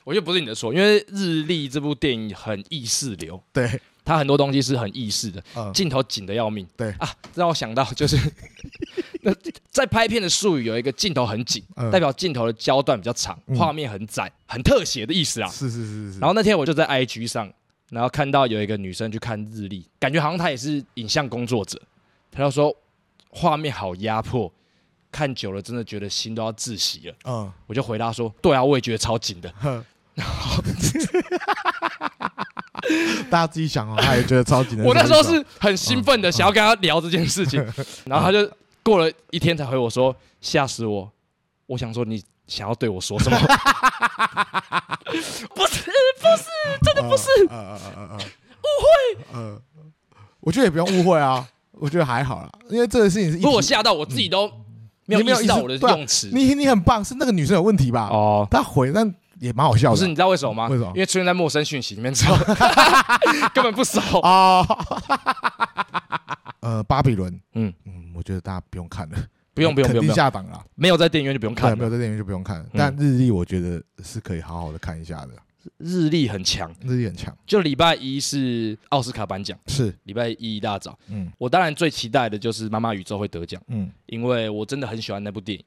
[SPEAKER 2] 我觉得不是你的错，因为《日历》这部电影很意识流，
[SPEAKER 1] 对，
[SPEAKER 2] 它很多东西是很意识的，
[SPEAKER 1] 嗯，
[SPEAKER 2] 镜头紧的要命。
[SPEAKER 1] 对
[SPEAKER 2] 啊，让我想到就是 [LAUGHS] 那在拍片的术语有一个镜头很紧，
[SPEAKER 1] 嗯
[SPEAKER 2] 代表镜头的焦段比较长，
[SPEAKER 1] 嗯
[SPEAKER 2] 画面很窄，很特写的意思啊。
[SPEAKER 1] 是是是是，
[SPEAKER 2] 然后那天我就在 IG 上，然后看到有一个女生去看日历，感觉好像她也是影像工作者，她就说画面好压迫，看久了真的觉得心都要窒息了。
[SPEAKER 1] 嗯，
[SPEAKER 2] 我就回答说，对啊，我也觉得超紧的。
[SPEAKER 1] 大家自己想哦，他也觉得超级难。
[SPEAKER 2] [LAUGHS] 我那时候是很兴奋
[SPEAKER 1] 嗯
[SPEAKER 2] 的，想要跟她聊这件事
[SPEAKER 1] [LAUGHS]
[SPEAKER 2] 情，然后她就过了一天才回我说，吓死我！我想说你想要对我说什么？不是，
[SPEAKER 1] 真的不是，呃呃呃呃，误会，呃，我觉得也不用误会啊，我觉得还好啦，因为这个事 [LAUGHS] 情是一
[SPEAKER 2] 不过我
[SPEAKER 1] 体
[SPEAKER 2] 吓到我自己都没有
[SPEAKER 1] 你没
[SPEAKER 2] 意
[SPEAKER 1] 有
[SPEAKER 2] 识到
[SPEAKER 1] 意识
[SPEAKER 2] 我的
[SPEAKER 1] 对啊
[SPEAKER 2] 用词。
[SPEAKER 1] 你你很棒，是那个女生有问题吧？
[SPEAKER 2] 哦，
[SPEAKER 1] 她回但也蛮好笑
[SPEAKER 2] 不
[SPEAKER 1] 的，
[SPEAKER 2] 是，你知道为什么吗？
[SPEAKER 1] 为什么
[SPEAKER 2] 因为出现在陌生讯息里
[SPEAKER 1] [LAUGHS]
[SPEAKER 2] 面之后，根本不熟。
[SPEAKER 1] 啊， [LAUGHS] 呃，巴比伦，
[SPEAKER 2] 嗯
[SPEAKER 1] 嗯，我觉得大家不用看了，
[SPEAKER 2] 不用不用不
[SPEAKER 1] 肯
[SPEAKER 2] 用，不
[SPEAKER 1] 定
[SPEAKER 2] 用，
[SPEAKER 1] 下档了，
[SPEAKER 2] 没有在电影院就不用
[SPEAKER 1] 对，
[SPEAKER 2] 看
[SPEAKER 1] 没有
[SPEAKER 2] 了。嗯
[SPEAKER 1] 在电影院就不用看了，但日历我觉得是可以好好的看一下的，
[SPEAKER 2] 日历很强，
[SPEAKER 1] 日历很强，
[SPEAKER 2] 就礼拜一是奥斯卡颁奖，
[SPEAKER 1] 是，
[SPEAKER 2] 礼拜一一大早，
[SPEAKER 1] 嗯
[SPEAKER 2] 我当然最期待的就是《妈妈宇宙》会得奖，
[SPEAKER 1] 嗯
[SPEAKER 2] 因为我真的很喜欢那部电影，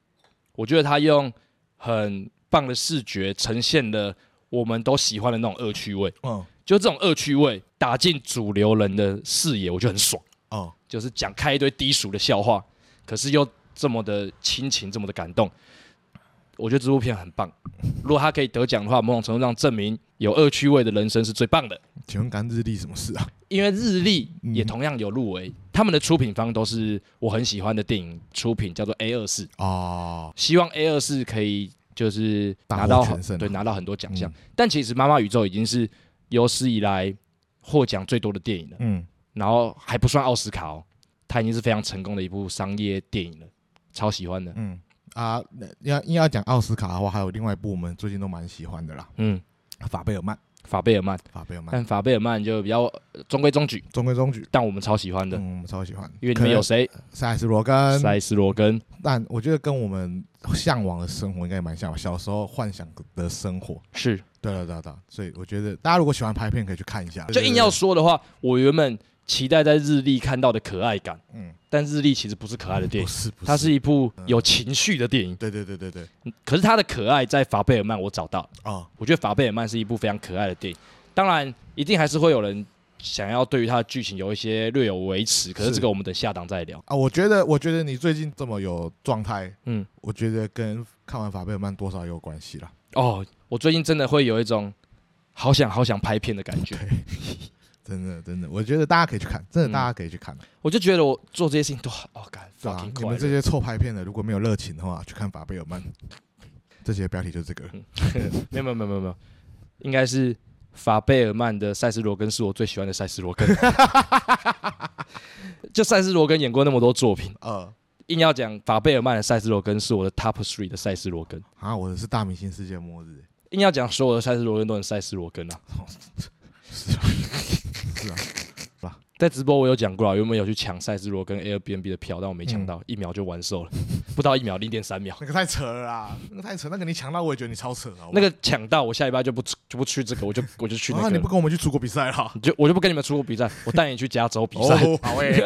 [SPEAKER 2] 我觉得他用很棒的视觉呈现了我们都喜欢的那种恶趣味，
[SPEAKER 1] 嗯
[SPEAKER 2] 就这种恶趣味打进主流人的视野，我就很爽。
[SPEAKER 1] 哦，
[SPEAKER 2] 就是讲开一堆低俗的笑话，可是又这么的亲情，这么的感动。我觉得这部片很棒，如果他可以得奖的话，某种程度上证明有恶趣味的人生是最棒的。
[SPEAKER 1] 请问干日历什么事啊？
[SPEAKER 2] 因为日历
[SPEAKER 1] 嗯
[SPEAKER 2] 也同样有入围，他们的出品方都是我很喜欢的电影出品，叫做 A 二四。
[SPEAKER 1] 哦，
[SPEAKER 2] 希望 A 二四可以就是
[SPEAKER 1] 大获
[SPEAKER 2] 拿到
[SPEAKER 1] 全胜啊
[SPEAKER 2] 对拿到很多奖项
[SPEAKER 1] 嗯。
[SPEAKER 2] 但其实《妈妈宇宙》已经是有史以来获奖最多的电影了。
[SPEAKER 1] 嗯，
[SPEAKER 2] 然后还不算奥斯卡哦，它已经是非常成功的一部商业电影了，超喜欢的。
[SPEAKER 1] 嗯啊，那要硬要讲奥斯卡的话，还有另外一部我们最近都蛮喜欢的啦，
[SPEAKER 2] 嗯，
[SPEAKER 1] 法贝尔曼，
[SPEAKER 2] 法贝尔曼，
[SPEAKER 1] 法贝尔曼，
[SPEAKER 2] 但法贝尔曼就比较呃中规中矩，
[SPEAKER 1] 中规中矩，
[SPEAKER 2] 但我们超喜欢的，
[SPEAKER 1] 嗯，我们超喜欢，
[SPEAKER 2] 因为里面有
[SPEAKER 1] 可
[SPEAKER 2] 谁？
[SPEAKER 1] 能塞斯罗根，
[SPEAKER 2] 塞斯罗根，
[SPEAKER 1] 但我觉得跟我们向往的生活应该也蛮像吧，小时候幻想的生活。
[SPEAKER 2] 是。
[SPEAKER 1] 对了对了对了，所以我觉得大家如果喜欢拍片，可以去看一下。
[SPEAKER 2] 就硬要说的话，我原本期待在日历看到的可爱感，
[SPEAKER 1] 嗯，
[SPEAKER 2] 但日历其实不是可爱的电
[SPEAKER 1] 不
[SPEAKER 2] 影。
[SPEAKER 1] 是不是，
[SPEAKER 2] 它是一部有情绪的电影，
[SPEAKER 1] 对对对对对
[SPEAKER 2] 可是它的可爱在法贝尔曼我找到了，
[SPEAKER 1] 哦，
[SPEAKER 2] 我觉得法贝尔曼是一部非常可爱的电影。当然，一定还是会有人想要对于它的剧情有一些略有维持，可是
[SPEAKER 1] 是
[SPEAKER 2] 这个我们等下档再聊。
[SPEAKER 1] 啊，我觉得我觉得你最近这么有状态，
[SPEAKER 2] 嗯，
[SPEAKER 1] 我觉得跟看完法贝尔曼多少也有关系啦。
[SPEAKER 2] 哦，我最近真的会有一种好想好想拍片的感觉。
[SPEAKER 1] 真的真的，我觉得大家可以去看，真的
[SPEAKER 2] 嗯
[SPEAKER 1] 大家可以去看，
[SPEAKER 2] 我就觉得我做这些事情都好哦，感
[SPEAKER 1] 对啊
[SPEAKER 2] fucking，
[SPEAKER 1] 你
[SPEAKER 2] 快
[SPEAKER 1] 们
[SPEAKER 2] 乐
[SPEAKER 1] 这些臭拍片的，如果没有热情的话，去看法贝尔曼。这些标题就是这个，
[SPEAKER 2] 嗯没有没有没有没有没有，应该是法贝尔曼的塞斯罗根是我最喜欢的塞斯罗根。 [LAUGHS] 就塞斯罗根演过那么多作品，
[SPEAKER 1] 呃，
[SPEAKER 2] 硬要讲法贝尔曼的塞斯罗根是我的 top three 的塞斯罗根，
[SPEAKER 1] 啊，我的是大明星世界末日，
[SPEAKER 2] 硬要讲所有的塞斯罗根都很塞斯罗根啊。
[SPEAKER 1] 是啊，是啊，
[SPEAKER 2] [LAUGHS] 在直播我有讲过啊，原本有去抢塞斯罗根 Airbnb 的票，但我没抢
[SPEAKER 1] 嗯
[SPEAKER 2] 到，一秒就完售了，不到一秒零点三秒。
[SPEAKER 1] 那个太扯了啦， [LAUGHS] 那个太扯，那个你抢到我也觉得你超扯啊。
[SPEAKER 2] 那个抢到，我下礼拜就不出就不去这个，我就我就去
[SPEAKER 1] 啊
[SPEAKER 2] 那
[SPEAKER 1] 你
[SPEAKER 2] 个
[SPEAKER 1] 不，跟我们去出国比
[SPEAKER 2] [LAUGHS]
[SPEAKER 1] 赛啦？
[SPEAKER 2] 你就我就不跟你们出国比赛，我带你去加州比赛。 [LAUGHS]
[SPEAKER 1] 哦，好诶、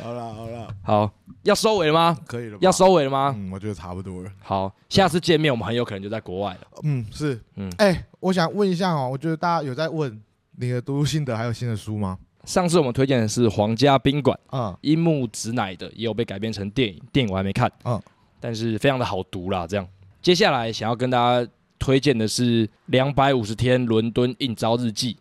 [SPEAKER 1] 好了好了，
[SPEAKER 2] 好，要收尾了吗？
[SPEAKER 1] 可以了吧？
[SPEAKER 2] 要啊收尾了吗？
[SPEAKER 1] 嗯嗯，我觉得差不多了。
[SPEAKER 2] 好，下次见面我们很有可能就在国外了。
[SPEAKER 1] 嗯，是，嗯
[SPEAKER 2] 嗯，
[SPEAKER 1] 哎、我想问一下哦，我觉得大家有在问你的读书心得，还有新的书吗？
[SPEAKER 2] 上次我们推荐的是皇家宾馆，
[SPEAKER 1] 啊、
[SPEAKER 2] 樱木直乃的，也有被改编成电影，电影我还没看，
[SPEAKER 1] 嗯
[SPEAKER 2] 嗯，但是非常的好读啦。这样，接下来想要跟大家推荐的是《两百五十天伦敦应招日记》，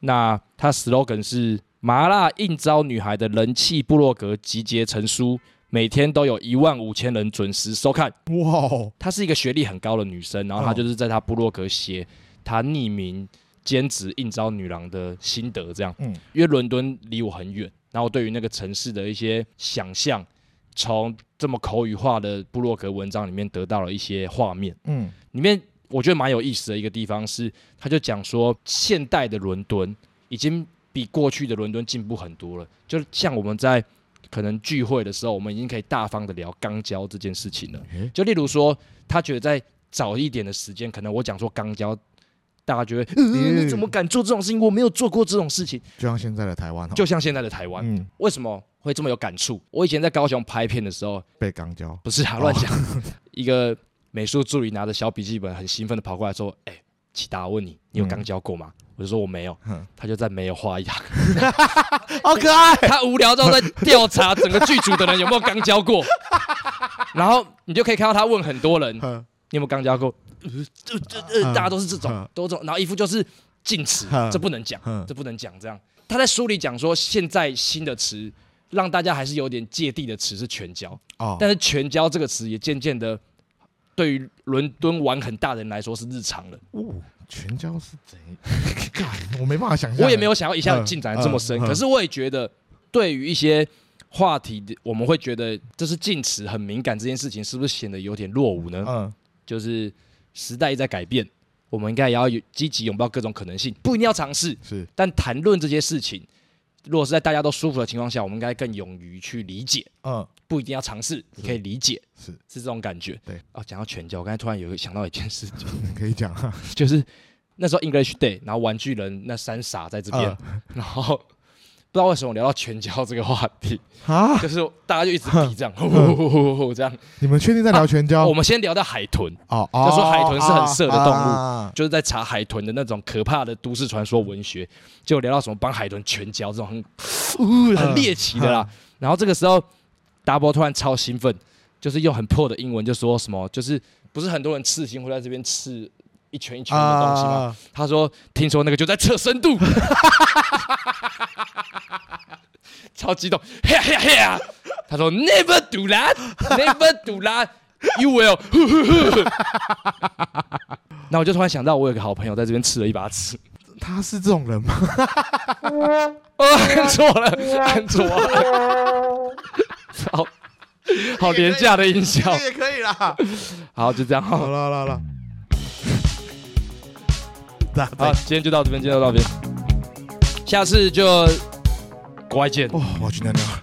[SPEAKER 2] 那它 slogan 是“麻辣应招女孩的人气部落格集结成书”，每天都有一万五千人准时收看。
[SPEAKER 1] 哇哦，
[SPEAKER 2] 她是一个学历很高的女生，然后她
[SPEAKER 1] 哦
[SPEAKER 2] 就是在她部落格写她匿名兼职应招女郎的心得，这样。
[SPEAKER 1] 嗯
[SPEAKER 2] 因为伦敦离我很远，然后对于那个城市的一些想象，从这么口语化的部落格文章里面得到了一些画面。
[SPEAKER 1] 嗯
[SPEAKER 2] 里面我觉得蛮有意思的一个地方是，他就讲说现代的伦敦已经比过去的伦敦进步很多了，就像我们在可能聚会的时候，我们已经可以大方的聊肛交这件事情了
[SPEAKER 1] 诶。
[SPEAKER 2] 就例如说，他觉得在早一点的时间，可能我讲说肛交。大家觉得、呃，
[SPEAKER 1] 嗯
[SPEAKER 2] 你怎么敢做这种事情？我没有做过这种事情，
[SPEAKER 1] 就像现在的台湾哦，
[SPEAKER 2] 就像现在的台湾，
[SPEAKER 1] 嗯
[SPEAKER 2] 为什么会这么有感触。我以前在高雄拍片的时候，
[SPEAKER 1] 被肛交，
[SPEAKER 2] 不是啊，
[SPEAKER 1] 哦
[SPEAKER 2] 乱讲。
[SPEAKER 1] [LAUGHS]
[SPEAKER 2] 一个美术助理拿着小笔记本，很兴奋的跑过来说：“哎、启达，我问你，你有
[SPEAKER 1] 嗯
[SPEAKER 2] 刚交过吗？”我就说我没有
[SPEAKER 1] 嗯，
[SPEAKER 2] 他就在没有画一行。
[SPEAKER 1] [LAUGHS] 好可爱。
[SPEAKER 2] [LAUGHS] 他无聊到在调查整个剧组的人有没有刚交过， [LAUGHS] 然后你就可以看到他问很多人，你
[SPEAKER 1] 呵
[SPEAKER 2] 有没有刚交过？呃呃呃，
[SPEAKER 1] 嗯
[SPEAKER 2] 大家都是这种
[SPEAKER 1] 嗯，
[SPEAKER 2] 都这种，然后一副就是禁词
[SPEAKER 1] 嗯，
[SPEAKER 2] 这不能讲
[SPEAKER 1] 嗯，
[SPEAKER 2] 这不能讲，这样。他在书里讲说，现在新的词让大家还是有点芥蒂的词是全交，
[SPEAKER 1] 哦，
[SPEAKER 2] 但是全交这个词也渐渐的。对于伦敦玩很大的人来说是日常了，
[SPEAKER 1] 哦，全交是贼，干我没办法想象欸。
[SPEAKER 2] 我也没有想要一下子
[SPEAKER 1] 嗯
[SPEAKER 2] 进展得这么深，
[SPEAKER 1] 嗯嗯
[SPEAKER 2] 可是我也觉得，对于一些话题的，我们会觉得这是禁词很敏感这件事情，是不是显得有点落伍呢？
[SPEAKER 1] 嗯，
[SPEAKER 2] 就是时代一直在改变，我们应该也要有积极拥抱各种可能性，不一定要尝试，
[SPEAKER 1] 是
[SPEAKER 2] 但谈论这些事情，如果是在大家都舒服的情况下，我们应该更勇于去理解，
[SPEAKER 1] 嗯
[SPEAKER 2] 不一定要尝试，你可以理解，
[SPEAKER 1] 是
[SPEAKER 2] 是这种感觉。
[SPEAKER 1] 对，
[SPEAKER 2] 哦，讲到全教，我刚才突然有一个想到一件事情， [LAUGHS]
[SPEAKER 1] 可以讲啊。
[SPEAKER 2] 就是那时候 English Day，然后玩具人那三傻在这边，然后不知道为什么聊到全交这个话题，
[SPEAKER 1] 啊，
[SPEAKER 2] 就是大家就一直比这样，呼呼呼呼呼这样。
[SPEAKER 1] 你们确定在聊全交？
[SPEAKER 2] 啊我们先聊到海豚，
[SPEAKER 1] 哦哦，啊
[SPEAKER 2] 就说海豚是很色的动物
[SPEAKER 1] 物。
[SPEAKER 2] 就是在查海豚的那种可怕的都市传说文学，就聊到什么帮海豚全交这种很、呜很猎奇的啦。然后这个时候达波突然超兴奋，就是用很破的英文就说什么，就是不是很多人刺青会在这边刺一圈一圈的东西吗？
[SPEAKER 1] 啊，
[SPEAKER 2] 他说：“听说那个就在测深度， [LAUGHS] 超激动，嘿呀嘿呀嘿呀！”他说：“Never do that, never do that, you will 。”那我就突然想到，我有个好朋友在这边吃了一把尺，
[SPEAKER 1] 他是这种人吗？
[SPEAKER 2] 哦， [LAUGHS] 按错了，按错了，好 [LAUGHS] 好廉价的音效，
[SPEAKER 1] 也可以啦。好
[SPEAKER 2] 好，就这样，好，
[SPEAKER 1] 了好了好了，大
[SPEAKER 2] 好，今天就到这边，今天就到这边，下次就国外见。
[SPEAKER 1] 哦，我要去尿尿了。